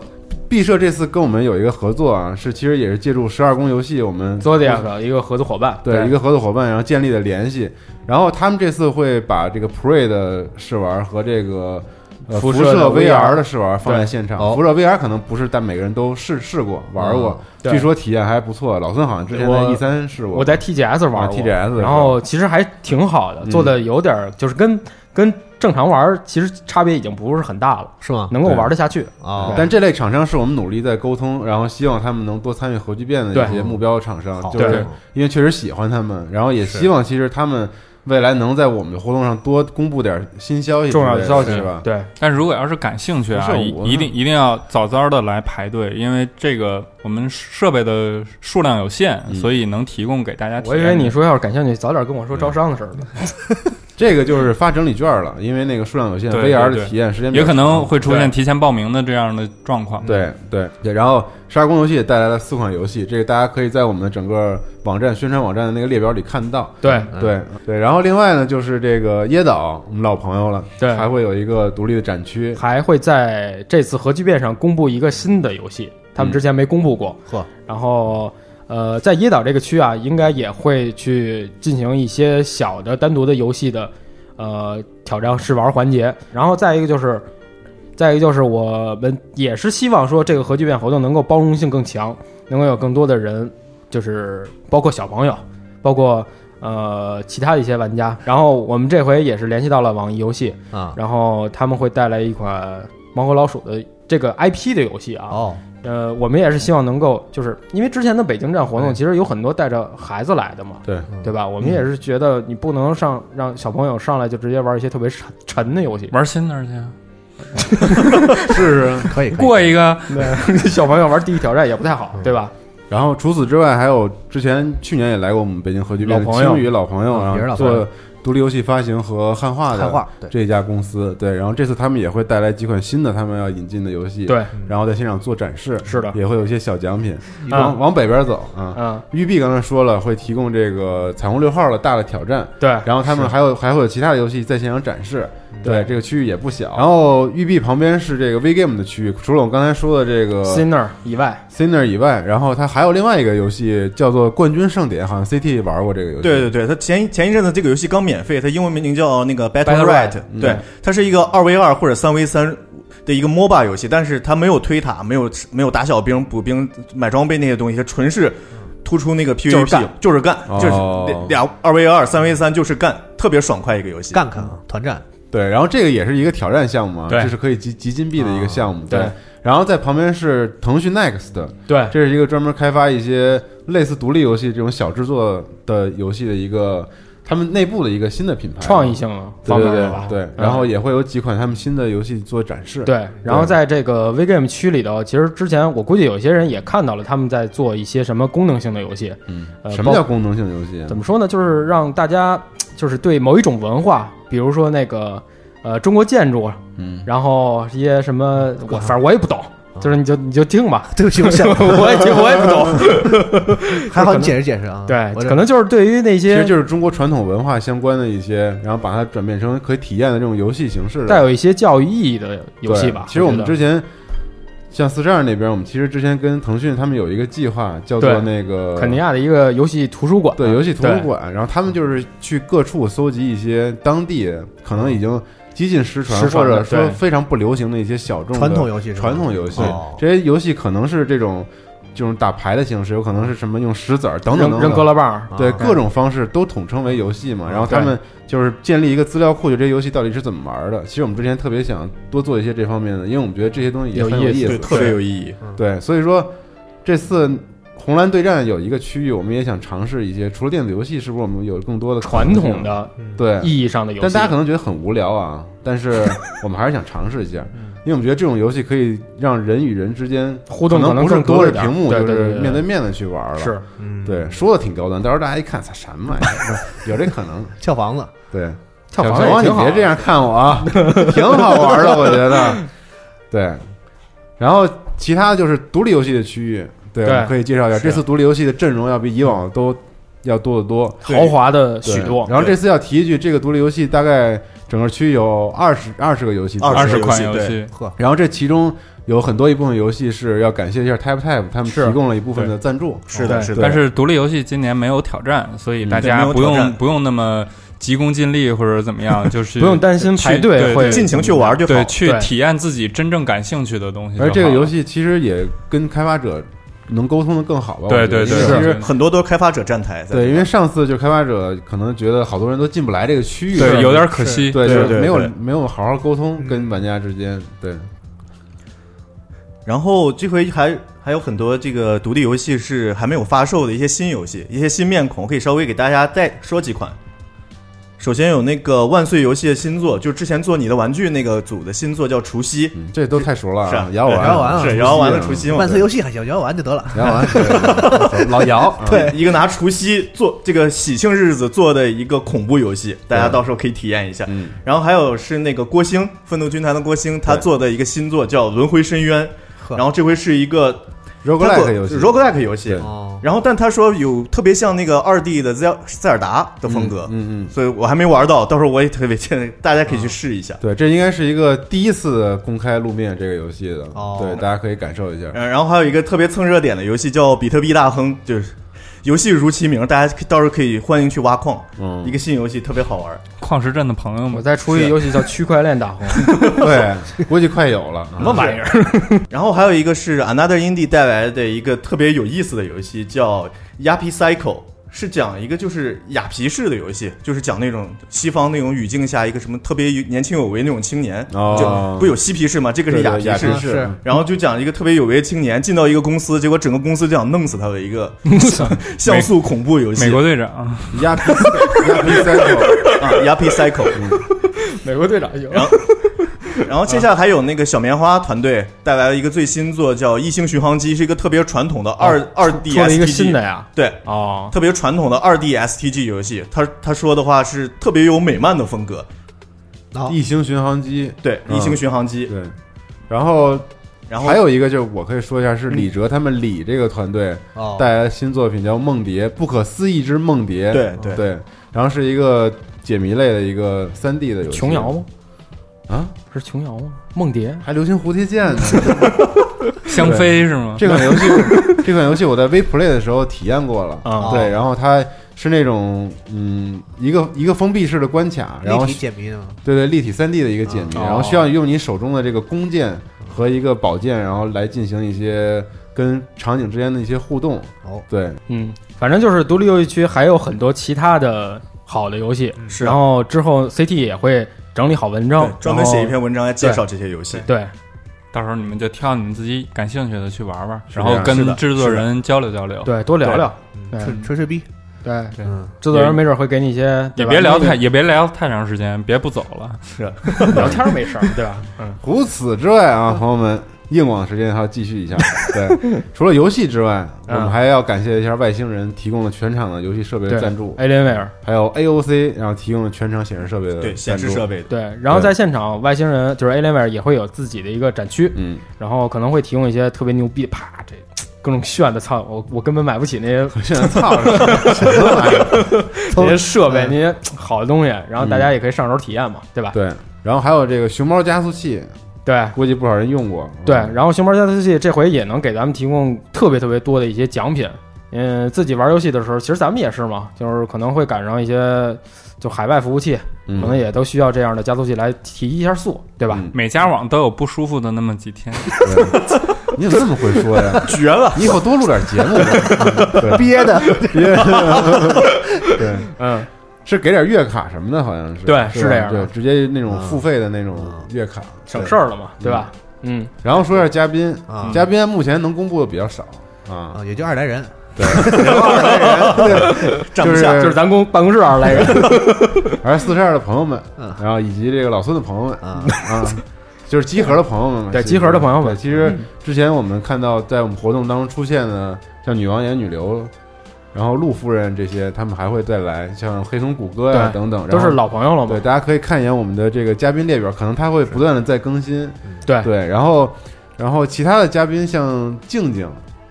B: 毕设这次跟我们有一个合作啊，是其实也是借助十二宫游戏，我们
C: Zodiac 的一个合作伙伴，
B: 对一个合作伙伴，然后建立的联系。然后他们这次会把这个 Pre 的试玩和这个。呃
C: 辐
B: 辐
C: 射的 VR
B: VR 的试玩放在现
E: 对
B: 场，
E: 哦
B: 辐射 VR 可能不是，但每个人都试试过、玩过，
C: 啊对
B: 据说体验还不错。老孙好像之前在
C: 我
B: E 三试过，
C: 我在 TGS 玩
B: 啊
C: 过
B: TGS 的时候
C: 然后其实还挺好的，
B: 嗯
C: 做的有点儿就是跟跟正常玩儿其实差别已经不是很大了，
E: 是吗？
C: 能够
B: 对
C: 玩得下去。
E: 啊，
B: 但这类厂商是我们努力在沟通，然后希望他们能多参与核聚变的一些目标厂商，
E: 好
B: 就是
C: 对
B: 因为确实喜欢他们，然后也希望其实他们未来能在我们的活动上多公布点新消息之类
C: 重
B: 的，
C: 要的消息
B: 是吧？
C: 对，
D: 但如果要是感兴趣
B: 不
D: 啊，
B: 是
D: 一
B: 我
D: 一定一定要早早的来排队，因为这个我们设备的数量有限，
B: 嗯
D: 所以能提供给大家体
C: 我
D: 验。
C: 以为你说要是感兴趣，早点跟我说招商的事儿呢。
B: 这个就是发整理券了，因为那个数量有限
D: 对对
B: ，VR
D: 对
B: 的体验时间比较
D: 也可能会出现
C: 对
D: 提前报名的这样的状
E: 嗯
D: 况。
B: 对对对，然后《沙宫游戏》也带来了四款游戏，这个大家可以在我们的整个网站宣传网站的那个列表里看到。
C: 对
E: 嗯
B: 对对，然后另外呢，就是这个椰岛，我们老朋友了，
C: 对
B: 还会有一个独立的展区，
C: 还会在这次核聚变上公布一个新的游戏，他们之前没公布过。
E: 呵
C: 然后呃，在椰岛这个区啊，应该也会去进行一些小的单独的游戏的呃挑战试玩环节。然后再一个就是，再一个就是我们也是希望说这个核聚变活动能够包容性更强，能够有更多的人，就是包括小朋友，包括。呃，其他的一些玩家，然后我们这回也是联系到了网易游戏，
E: 啊，
C: 然后他们会带来一款猫和老鼠的这个 IP 的游戏啊。
E: 哦，
C: 呃，我们也是希望能够，就是因为之前的北京站活动，
E: 对
C: 其实有很多带着孩子来的嘛，
B: 哎对嗯
C: 对吧？我们也是觉得你不能上让小朋友上来就直接玩一些特别沉沉的 游戏，
D: 玩新的去啊，
B: 是
E: 可以可以
D: 过一个
C: 小朋友玩地狱挑战也不
B: 嗯
C: 太好，对吧？
B: 然后除此之外，还有之前去年也来过我们北京核聚变的
C: 老朋友
B: 青宇老朋友，
E: 嗯也是
B: 然后
E: 老朋友
B: 做独立游戏发行和汉化
E: 汉
B: 的
E: 化对，
B: 这家公司，对，然后这次他们也会带来几款新的他们要引进的游戏，，
C: 对，
B: 然后在现场做展示，
C: 是的
B: 也会有一些小奖品，
E: 嗯
C: 啊
B: 往往北边走啊。
C: 嗯，
B: 育碧刚才说了，会提供这个彩虹六号的大的挑战，
C: 对，
B: 然后他们还有还会有其他的游戏在现场展示，
C: 对
B: 对，这个区域也不小。然后育碧旁边是这个 VGame 的区域，除了我刚才说的这个
C: Sinner 以外，
B: Sinner 以外，然后它还有另外一个游戏叫做《冠军盛典》，好像 CT 玩过这个游戏。
F: 对对对，它前一前一阵子这个游戏刚免费，它英文名叫那个 Battle
C: Battle
F: Right，
C: Right，
F: 对
B: 嗯，
F: 它是一个二 v 二或者三 v 三的一个 MOBA 游戏，但是它没有推塔，没有没有打小兵、补兵、买装备那些东西，它纯是突出那个 PVP，就是干，就是
B: 哦
F: 俩俩二 v 二、三 v 三就是干，特别爽快一个游戏。
E: 干看啊，团战
B: 对然后这个也是一个挑战项目啊，
D: 对
B: 这是可以集集金币的一个项目。
C: 对，
B: 然后在旁边是腾讯 Next，的
C: 对，
B: 这是一个专门开发一些类似独立游戏这种小制作的游戏的一个。他们内部的一个新的品牌，
C: 创意性的
B: 对
C: 方
B: 对
C: 面
B: 对
C: 了吧？
B: 对
C: 嗯，
B: 然后也会有几款他们新的游戏做展示，
C: 对，然后在这个 VGame 区里头，其实之前我估计有些人也看到了，他们在做一些什么功能性的游戏。
B: 嗯，
C: 呃
B: 什么
C: 包
B: 叫功能性游戏啊？
C: 怎么说呢？就是让大家就是对某一种文化，比如说那个呃中国建筑，
B: 嗯，
C: 然后一些什么，我反正我也不懂，就是你就你就 听吧，
E: 对不起，我 想
C: 我也听我也
B: 嗯
C: 不懂。
E: 还好你解释解释啊。
C: 对，
E: 我这
C: 可能就是对于那
B: 其实
C: 些
B: 就是中国传统文化相关的一些，然后把它转变成可以体验的这种游戏形式的
C: 带有一些教育意义的游戏
B: 对
C: 吧。
B: 其实我们
C: 觉得
B: 之前像四十二那边，我们其实之前跟腾讯他们有一个计划，叫做
C: 对
B: 那个
C: 肯尼亚的一个游戏图书馆，
B: 对游戏图书
C: 对
B: 馆，然后他们就是去各处搜集一些当地可能已经几近失传
C: 失
B: 或
C: 传的
B: 者说
C: 对
B: 非常不流行的一些小众的
E: 传统游戏是吧
B: 传统游戏
E: 哦，
B: 这些游戏可能是这种这种打牌的形式，有可能是什么用石子儿等等
C: 扔
B: 等
C: 扔
B: 等
C: 胳膊棒儿，
E: 啊
B: 对各种方式都统称为游戏嘛，然后他们就是建立一个资料库，就这游戏到底是怎么玩的。其实我们之前特别想多做一些这方面的，因为我们觉得这些东西也
C: 有
B: 很
C: 意
B: 意
C: 思
F: 对，
B: 思。
F: 特别有意义。
B: 对，所以说这次红蓝对战有一个区域，我们也想尝试一些，除了电子游戏，是不是我们有更多的可
C: 传
B: 能性
C: 统的
B: 对
C: 意义上的游戏。
B: 嗯但大家可能觉得很无聊啊，但 是我们还是想尝试一下，因为我们觉得这种游戏可以让人与人之间
C: 嗯互动
B: 可
C: 可能
B: 不是
C: 更多
B: 隔
C: 一
B: 着
C: 点
B: 屏幕，
C: 对
B: 就
C: 对对
B: 是
C: 对
B: 面对面的去玩了。
C: 是，
E: 嗯，
B: 对，说的挺高端，到时候大家一看，操什么玩意儿， 有这可能。
E: 啊跳房子，
B: 对，
C: 跳
B: 小
C: 房
B: 王，你
C: 也挺好
B: 别这样看我啊， 挺好玩的，我觉得。对，然后其他就是独立游戏的区域，对，
C: 对
B: 我们可以介绍一下。
C: 是
B: 这次独立游戏的阵容要比以往都要多得多，
C: 豪华的许多
B: 对。然后这次要提一句，这个独立游戏大概整个区有二十二十个游戏左右，
D: 二
F: 20
D: 十
F: 游
D: 款
F: 戏
D: 游
F: 对
D: 戏，
B: 然后这其中有很多一部分游戏是要感谢一下 Type Type，他们
C: 是
B: 提供了一部分的赞助。
F: 是的，
C: 对
F: 是的。
D: 但是独立游戏今年没有挑战，所以大
F: 对没
D: 家
F: 有
D: 不
F: 挑
D: 用
F: 战
D: 不用那么急功近利或者怎么样，就是
C: 不用担心
D: 去
C: 排队
D: 对
C: 会
D: 对
F: 尽情去玩就
D: 对
F: 好。
D: 去
C: 对
D: 体验自己真正感兴趣的东西就好
B: 而
D: 了。
B: 这个游戏其实也跟开发者能沟通的更好吧？
D: 对
B: 我觉得
D: 对
B: 因
D: 对
B: 为
D: 是
B: 其实
F: 很多都是开发者站台在这
B: 对，
F: 边，
B: 因为上次就开发者可能觉得好多人都进不来这个区域，
D: 对有点可惜，
B: 对，
F: 对
B: 就是
F: 对
B: 没有
F: 对
B: 没有好好沟
F: 嗯
B: 通跟玩家之间，对，
F: 然后这回还还有很多这个独立游戏是还没有发售的一些新游戏，一些新面孔，可以稍微给大家再说几款。首先有那个万岁游戏的新作，就之前做你的玩具那个组的新作叫《除夕》，
B: 嗯这都太熟了
F: 是
B: 啊
F: 啊，
B: 摇完
E: 摇完啊
F: 是然后完了除，夕嘛，啊
E: 万岁游戏还行，摇完就得了。
B: 摇完，对 老 嗯摇，
F: 对，呃一个拿除夕做这个喜庆日子做的一个恐怖游戏，大家
B: 对
F: 到时候可以体验一下。
B: 嗯，嗯
F: 然后还有是那个郭兴，愤怒军团的郭兴，他
B: 对
F: 做的一个新作叫《轮回深渊》，
E: 呵
F: 然后这回是一个
B: roguelike 游戏
F: roguelike 游戏
B: 对，
E: 哦，
F: 然后，但他说有特别像那个二 D 的塞尔塞尔达的风格，
B: 嗯嗯嗯
F: 所以我还没玩到，到时候我也特别 建议大家可以去试一下。
B: 对，这应该是一个第一次公开露面这个游戏的，
E: 哦
B: 对，大家可以感受一下。
F: 嗯，然后还有一个特别蹭热点的游戏叫《比特币大亨》，就是游戏如其名，大家可以到时候可以欢迎去挖矿，
B: 嗯
F: 一个新游戏特别好玩。
D: 矿石镇的朋友
C: 我
D: 们，
C: 再出一个游戏叫《区块链大亨》，
B: 对，估计快有了。什
C: 什么玩意儿？
F: 然后还有一个是 Another Indie 带来的一个特别有意思的游戏叫《Yappy Cycle》，是讲一个就是雅皮式的游戏，就是讲那种西方那种语境下一个什么特别年轻有为那种青年，
B: 哦
F: 就不有嬉皮士嘛，这个是
B: 对
F: 雅
B: 对
F: 皮
B: 雅
F: 士
B: 皮。士
E: 是，
F: 然后就讲一个特别有为的青年进到一个公司，结果整个公司就想弄死他的一个像素恐怖游戏，
D: 美国队长，
B: 压皮压皮三 手，
F: 啊，Yappy Cycle。
C: 美国队长 赢
F: 然后然后接下来还有那个小棉花团队带来了一个最新作叫《异星巡航机》，是一个特别传统的二二 D
C: 出了一个
F: STG
C: 新的呀。
F: 对，
C: 哦，
F: 特别传统的二 D STG 游戏，他他说的话是特别有美漫的风格，哦
E: 好
B: 异形巡航机，
F: 对，
B: 嗯
F: 异形巡航机，
B: 对，然后嗯
F: 然后
B: 还有一个就是我可以说一下，是李哲他们李这个团队
E: 哦，
B: 带来的新作品叫《梦蝶》，不可思议之梦蝶。
F: 对对
B: 对，然后是一个解谜类的一个三 D 的游戏。
C: 琼瑶吗？
B: 啊，
C: 是琼瑶吗？梦蝶？
B: 还流行蝴蝶剑呢。
D: 香妃是吗？
B: 这款游戏， 这款游戏我在微 play 的时候体验过了。
C: 啊
B: 对，然后它是那种嗯，一个一个封闭式的关卡，然后
E: 立体解谜的吗？
B: 对对，立体三 D 的一个解谜，
C: 哦
B: 然后需要用你手中的这个弓箭和一个宝剑，然后来进行一些跟场景之间的一些互动。
E: 哦，
B: 对，
C: 嗯，反正就是独立游戏区还有很多其他的好的游戏，
F: 是
C: 然后之后 CT 也会整理好文章
F: 对，专门写一
C: 然后。
F: 篇文章来介绍这些游戏。
C: 对，
D: 到时候你们就挑你们自己感兴趣的去玩玩，
B: 是
D: 然后
B: 的
D: 跟
F: 是的
D: 制作人交流交流。
C: 对，多聊聊。
E: 嗯
C: 对
E: 吹吹吹逼，
C: 对，
E: 嗯，
C: 制作人没准会给你一些，对
D: 也
C: 吧
D: 别聊太，
C: 那
D: 也别聊太长时间，别不走了。
C: 个聊天儿没事儿，对吧？
B: 除此之外
C: 嗯
B: 啊，朋友们，硬广时间还要继续一 下。对，除了游戏之外，我们还要感谢一下外星人提供了全场的游戏设备
C: 嗯对，
B: 赞助，
C: Alienware
B: 还有 AOC 然后提供了全场显示设备的
F: 对
B: 赞
F: 显
B: 助
F: 示设。备，
C: 对，然后在现场外星人就是 Alienware 也会有自己的一个展区，
B: 嗯，
C: 然后可能会提供一些特别牛逼，啪这。各种炫的，操！我我根本买不起那 些
B: 现在操，什么玩意 儿？
C: 那些设备、那些好的东西，然后大家也可以上手体验嘛，对吧？
B: 对，然后还有这个熊猫加速器，
C: 对
B: 估计不少人用过。
C: 对，然后熊猫加速器这回也能给咱们提供特别特别多的一些奖品。嗯，自己玩游戏的时候，其实咱们也是嘛，就是可能会赶上一些就海外服务器，可能
B: 嗯，
C: 也都需要这样的加速器来提一下速，对吧？
B: 嗯
D: 每家网都有不舒服的那么几 天，
B: 对你怎么这么会说 呀？
F: 绝了！
B: 你以后多录点节目吧。嗯对
E: 憋的，
B: 别，对，
C: 嗯，
B: 是给点月卡什么的，好像是。
C: 对
B: 吧
C: 是这样
B: 对
C: 的，嗯
B: 直接那种付费的那种月卡。
C: 省事儿了嘛，对吧？嗯，
B: 然后说一下嘉宾
E: 啊
B: 嘉宾目前能公布的比较少啊
E: 啊，，也就二来人，
F: 站
B: 就
F: 不
B: 是
F: 下，
C: 就是咱公办公室二十来人，
B: 而四十二的朋友们
E: 嗯，
B: 然后以及这个老孙的朋友们
E: 啊
B: 啊，就是集合的朋友们嘛。
C: 对
B: 其实
C: 集合的朋友们
B: 对其实之前我们看到在我们活动当中出现的，像女王岩、女流。然后陆夫人这些，他们还会再来，像黑松谷歌呀、
C: 对
B: 等等，然后
C: 都是老朋友了
B: 对，
C: 嘛。
B: 大家可以看一眼我们的这个嘉宾列表，可能他会不断的在更新。
C: 对
B: 对，然后然后其他的嘉宾像静静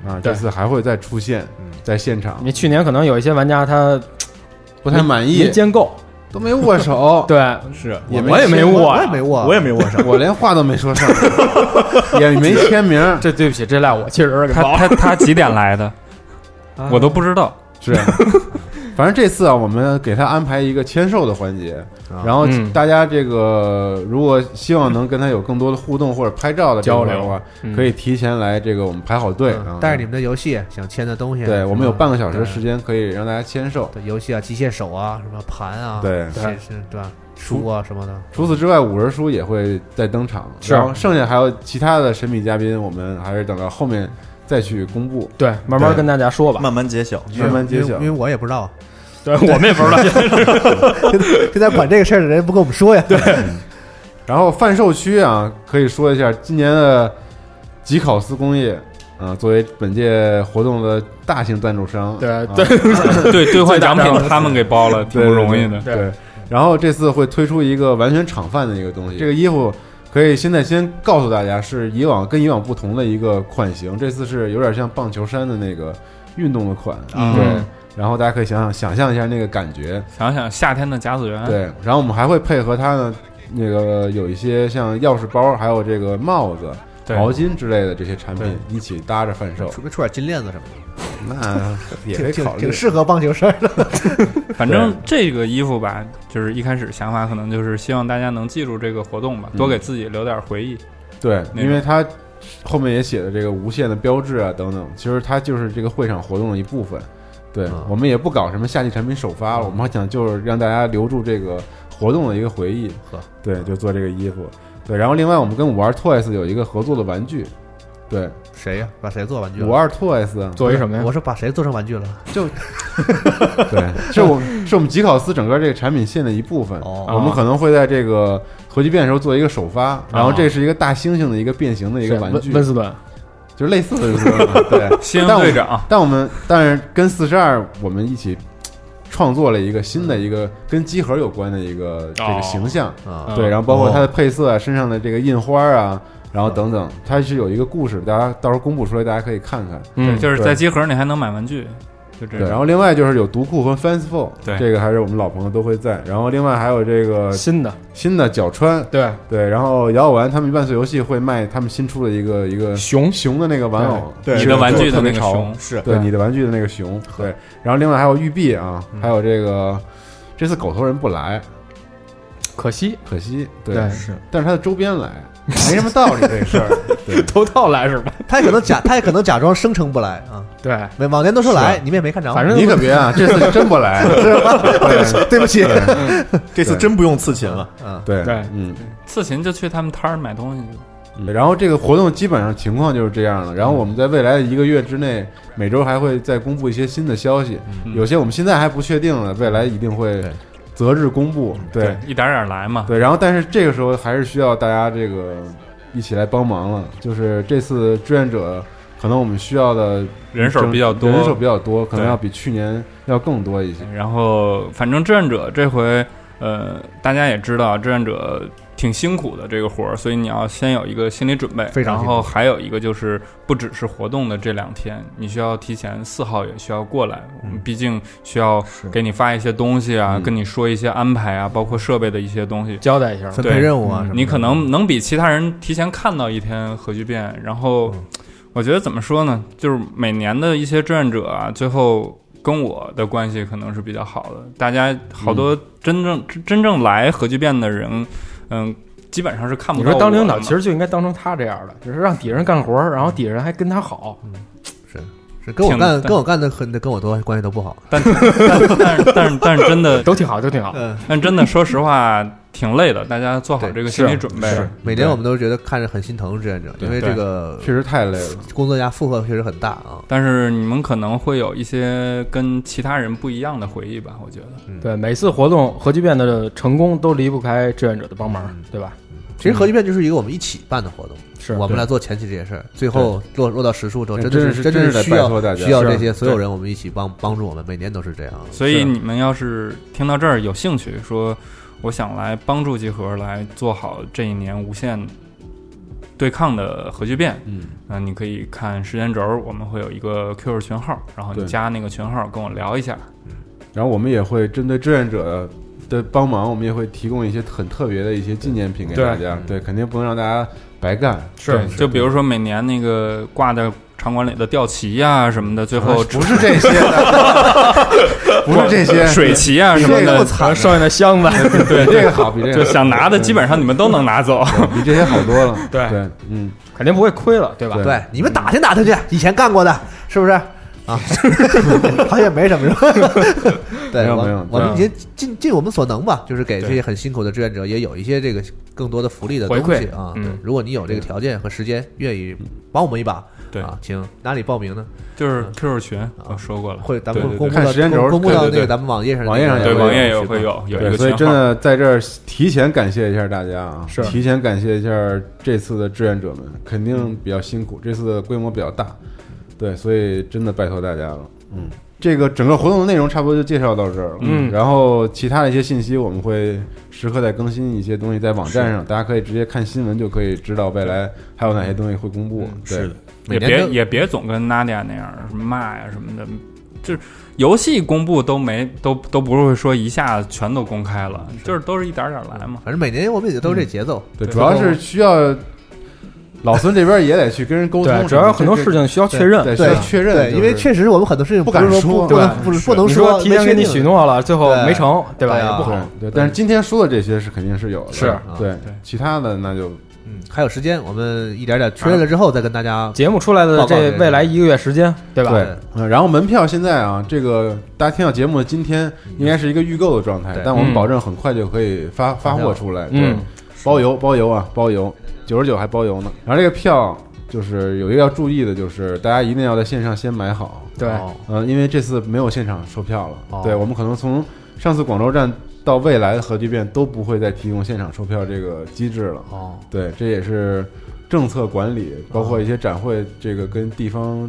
B: 啊，
C: 对
B: 这次还会再出现
E: 嗯
B: 在现场，
C: 你去年可能有一些玩家他
B: 不太满
C: 没
B: 意，哦
C: 兼够，
B: 都没握手，
C: 对，
F: 是
B: 也
C: 我也没
E: 我
C: 握
E: 我啊
C: 呀
E: 也没握，
F: 我也没握 上，
B: 我连话都没 说上，也没签名，
C: 这对不起，这 赖我，其实给
D: 他
C: 忘了。
D: 他他几点来的，
B: 啊
D: 我都不知道。
B: 是。反正这次啊，我们给他安排一个签售的环节，
E: 啊
B: 然后
C: 嗯
B: 大家这个如果希望能跟他有更多的互动或者拍照的这
C: 交
B: 块的
C: 流
B: 话，
C: 嗯
B: 可以提前来这个我们排好队
E: 嗯，
B: 啊
E: 带着你们的游戏想签的东西，
C: 啊
B: 对，我们有半个小时
E: 对
B: 的时间可以让大家签售。
E: 对游戏啊，机械手啊，什么盘啊，
B: 对
E: 是是，对吧？书啊什么的，
B: 除此之外，五人叔也会再登场，
C: 是
B: 然后剩下还有其他的神秘嘉宾，我们还是等到后面再去公布。
C: 对，慢慢
B: 对
C: 跟大家说吧。
F: 慢慢揭晓。
B: 慢慢揭晓
E: 因为因为我也不知道，
C: 对，我们也不知道。
E: 现在管这个事儿的人不跟我们说呀，对，
B: 然后贩售区啊，可以说一下今年的吉考斯工业啊，作为本届活动的大型赞助商，
C: 对
B: 啊
C: 对
D: 对，兑换奖品他们给包了，挺
B: 对
D: 不容易的。
B: 对对然后这次会推出一个完全厂饭的一个东西，这个衣服可以现在先告诉大家，是以往跟以往不同的一个款型，这次是有点像棒球衫的那个运动的款，
D: 嗯
B: 啊对。然后大家可以想想想象一下那个感觉，
D: 想想夏天的甲子园，
B: 对。然后我们还会配合它呢，那个有一些像钥匙包，还有这个帽子、
D: 对
B: 毛巾之类的这些产品一起搭着贩售，
E: 除非出点金链子什么的，
B: 那也
E: 挺
B: 得考
E: 挺
B: 虑
E: 挺。适合棒球事儿的，
D: 反正这个衣服吧，就是一开始想法可能就是希望大家能记住这个活动吧，
B: 嗯
D: 多给自己留点回忆。
B: 对，
D: 那
B: 因为它后面也写的这个无限的标志啊等等，其实它就是这个会场活动的一部分。对、
E: 嗯
B: 我们也不搞什么夏季产品首发了，我们想就是让大家留住这个活动的一个回忆
E: 呵。
B: 对，就做这个衣服。对，然后另外我们跟五二 Toys 有一个合作的玩具。对，
E: 谁呀？把谁做玩具了？
B: 五二 Toys 啊
C: 做一什么呀？
E: 我说把谁做成玩具了？
B: 对，是我们 是我们吉考斯整个这个产品线的一部分。
E: 哦
B: 我们可能会在这个核聚变的时候做一个首发，然后
D: 哦
B: 这是一个大猩猩的一个变形的一个
C: 是
B: 玩具
C: 温，温斯顿，
B: 就类似的就是说，对，
D: 新
B: 但我
D: 队长，
B: 但我们但是跟四十二我们一起创作了一个新的一个跟机核有关的一个这个形象，
E: 啊，
B: 对，然后包括它的配色啊，身上的这个印花啊，然后等等，它是有一个故事，大家到时候公布出来，大家可以看看。
D: 对，
C: 嗯，
D: 就是
B: 对
D: 在集合你还能买玩具，就这
B: 对，然
D: 样。
B: 后另外就是有独库和 fansful，
D: 对
B: 这个还是我们老朋友都会在。然后另外还有这个
C: 新的，
B: 新的角川，
C: 对，
B: 对，然后摇好玩他们万岁游戏会卖他们新出的一个一个
C: 熊
B: 熊的那个玩偶，
F: 对
D: 你
B: 这
D: 的
B: 个
D: 玩具的
B: 特
D: 那
B: 别
D: 个
B: 潮
D: 熊，
F: 是
B: 对
C: 对
B: 你的玩具的那个熊，对，然后另外还有玉璧啊，还有这个这次狗头人不来，
C: 可惜，
B: 可惜，对，
C: 对，
B: 但是他的周边来，没什么道理这事儿，对
C: 头套来是吧？
E: 他也可能假，他也可能假装声称不来啊，
C: 对，
E: 没往年都说
B: 是
E: 来，
B: 啊
E: 你们也没看着，
C: 反正
B: 你可别啊，这次真不来，对
E: 对不起，
F: 这次真不用刺秦了，
E: 嗯，
B: 对
C: 对
B: 嗯
D: 刺秦就去他们摊儿买东西去了。
B: 对然后这个活动基本上情况就是这样了。然后我们在未来的一个月之内，每周还会再公布一些新的消息，
D: 嗯
B: 有些我们现在还不确定了，未来一定会
E: 对
B: 择日公布。对
D: 一点点来嘛。
B: 对，然后但是这个时候还是需要大家这个一起来帮忙了。就是这次志愿者，可能我们需要的
D: 人手
B: 整
D: 比较多
B: 人手比较多，可能
D: 对
B: 要比去年要更多一些。
D: 然后，反正志愿者这回，呃，大家也知道，志愿者挺辛苦的这个活儿，所以你要先有一个心理准备。
E: 非常
D: 然
E: 辛苦
D: 后还有一个就是，不只是活动的这两天，你需要提前四号也需要过来，我们毕竟需要给你发一些东西啊，
B: 嗯
D: 跟你说一些安排啊，包括设备的一些东西。
C: 交代一下。
E: 分配任务啊什么的，
D: 嗯你可
C: 嗯
D: 能能比其他人提前看到一天核聚变，然后
C: 嗯
D: 我觉得怎么说呢，就是每年的一些志愿者啊，最后跟我的关系可能是比较好的，大家好多
C: 嗯
D: 真正、真真正来核聚变的人，嗯，基本上是看不
C: 你
D: 到
C: 说当
D: 我
C: 领
D: 的
C: 导
D: 嘛
C: 其实就应该当成他这样的，只是让底下人干活，然
B: 嗯
C: 后底下人还跟他好。
E: 是跟我
D: 挺
E: 干
D: 对
E: 跟我干的很跟我多关系都不好，
D: 但但但是但是但是真的，
C: 都挺好，都挺好。
E: 嗯，
D: 但真的说实话挺累的，大家做好
E: 对
D: 这个心理准备。
E: 是每年我们都觉得看着很心疼志愿者，因为这个
B: 确实太累了，
E: 工作压负荷确实很大啊。
D: 但是你们可能会有一些跟其他人不一样的回忆吧，我觉得。
E: 嗯
C: 对，每次活动核聚变的成功都离不开志愿者的帮忙，
B: 嗯
C: 对吧？
E: 其实核聚变就是一个我们一起办的活动，
C: 是
E: 我们来做前期这些事儿，最后落落到实处之后，
B: 对
E: 真的
B: 真是
E: 真
B: 真是得
E: 的需
B: 拜托大
E: 要
B: 家
E: 需要
B: 是
E: 这些所有人，我们一起帮帮助我们，每年都是这样。
D: 所
B: 是
D: 以你们要是听到这儿有兴趣，说我想来帮助集合来做好这一年无限对抗的核聚变，
B: 嗯，
D: 那你可以看时间轴，我们会有一个 QQ 群号，然后你
B: 对
D: 加那个群号跟我聊一下。
B: 然后我们也会针对志愿者的帮忙，我们也会提供一些很特别的一些纪念品给
C: 对
B: 大家。对，肯定不能让大家白干。
D: 对嗯就比如说每年那个挂在场馆里的吊旗呀、什么的，最后
B: 不是这些的，不是这些
D: 水旗啊什么
B: 这个
D: 的
B: 不，
C: 然后剩下的箱子，
B: 对这个好，比这
D: 就
B: 个好
D: 想拿的基本上你们都能 拿走。
B: 比这些好多 了。
C: 对
B: 对，嗯，
C: 肯定不会亏了，对吧？
B: 对
E: 对，你们打听打听去，以前干过的，是不是？啊，好像也没什么，是吧？对，
B: 没有
E: 我
B: 没有
E: 我们已
B: 对
E: 经尽尽我们所能吧，就是给这
D: 对
E: 些很辛苦的志愿者也有一些这个更多的福利的
D: 回
E: 东西
D: 馈
E: 啊。
D: 嗯
E: 对，如果你有这个条件和时间，愿意帮我们一把，
D: 对
E: 啊，请哪里报名呢？
D: 就是 QQ 群，我说过了，
E: 会咱们
D: 对
E: 会
D: 对
E: 公
D: 对
E: 布
B: 看
E: 到
B: 时间轴
E: 公公布
D: 对
E: 到
D: 对
E: 那
D: 对
E: 个咱们网页上的
B: 网
E: 那
B: 页
E: 个，
B: 上
D: 对
B: 也
D: 网页也
E: 有
D: 会有有一
B: 对，
D: 个
B: 所以
D: 群
B: 真
D: 号。
B: 的在这儿提前感谢一下大家啊，
C: 是
B: 提前感谢一下这次的志愿者们，肯定比较辛苦，这次的规模比较大，对，所以真的拜托大家了，嗯，这个整个活动的内容差不多就介绍到这儿了，
C: 嗯
B: 然后其他的一些信息我们会时刻在更新一些东西在网站上，大家可以直接看新闻就可以知道未来还有哪些东西会公布，
D: 嗯
B: 对，
F: 是的，
E: 每
D: 也
E: 年
D: 别
E: 都
D: 也别总跟 Nadia 那样什么骂呀什么的，就是游戏公布都没都都不会说一下全都公开了，就是都是一点点来嘛。
E: 反正每年我们也都是这节奏。
B: 对，
D: 对
B: 主要是需要老孙这边也得去跟人沟通什么
C: 对，
B: 的，
C: 主要有很多
B: 这
C: 事情需要确认。
B: 对
E: 对
B: 需要确认
E: 对，
B: 就是
E: 因为确实我们很多事情
B: 不敢
E: 是
B: 说
E: 不
C: 对
E: 能不不能
C: 你说提前给你许
E: 许
C: 诺了，最后
E: 对
C: 没成，对吧？
E: 对啊
C: 也不好。
B: 对对，但是今天说的这些是肯定是有的，啊
C: 是啊
B: 对
D: 对
B: 其他的那就
E: 嗯，还有时间，我们一点点确认了之后再跟大家。
C: 节目出来的
E: 报告
C: 这
E: 这个
C: 未来一个月时间，对吧？
B: 对，嗯然后门票现在啊，这个大家听到节目的今天应该是一个预购的状态
E: 对，
B: 但我们保证很快就可以发发货出来，对
C: 嗯，
B: 包邮包邮啊，包邮，九十九还包邮呢。然后这个票就是有一个要注意的，就是大家一定要在线上先买好，
C: 对
E: 哦
B: 呃，因为这次没有现场售票了，
E: 哦
B: 对我们可能从上次广州站到未来的核聚变都不会再提供现场售票这个机制了。
E: 哦，
B: 对，这也是政策管理，包括一些展会，这个跟地方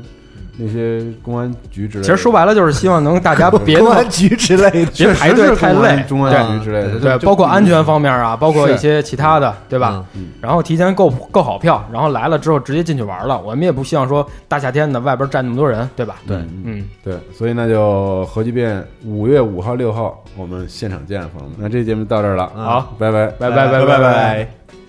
B: 那些公安局之类的。
C: 其实说白了就是希望能大家别那
E: 公
C: 么
E: 安局之类的，
B: 确
C: 别
B: 实
C: 排队
B: 是
C: 太
B: 公安
C: 累
B: 中安局之类的，
C: 对，
B: 就
C: 包括安全方面啊，包括一些其他的，对吧？
B: 嗯
C: 然后提前购购好票，然后来了之后直接进去玩了。我们也不希望说大夏天的外边站那么多人，对吧？
B: 对
C: 嗯，
B: 对，所以那就核聚变五月五号、六号我们现场见，朋友们。那这期节目就到这儿了，
C: 好，
B: 嗯拜拜。
C: 啊拜拜拜
F: 拜
C: 拜。
F: 拜。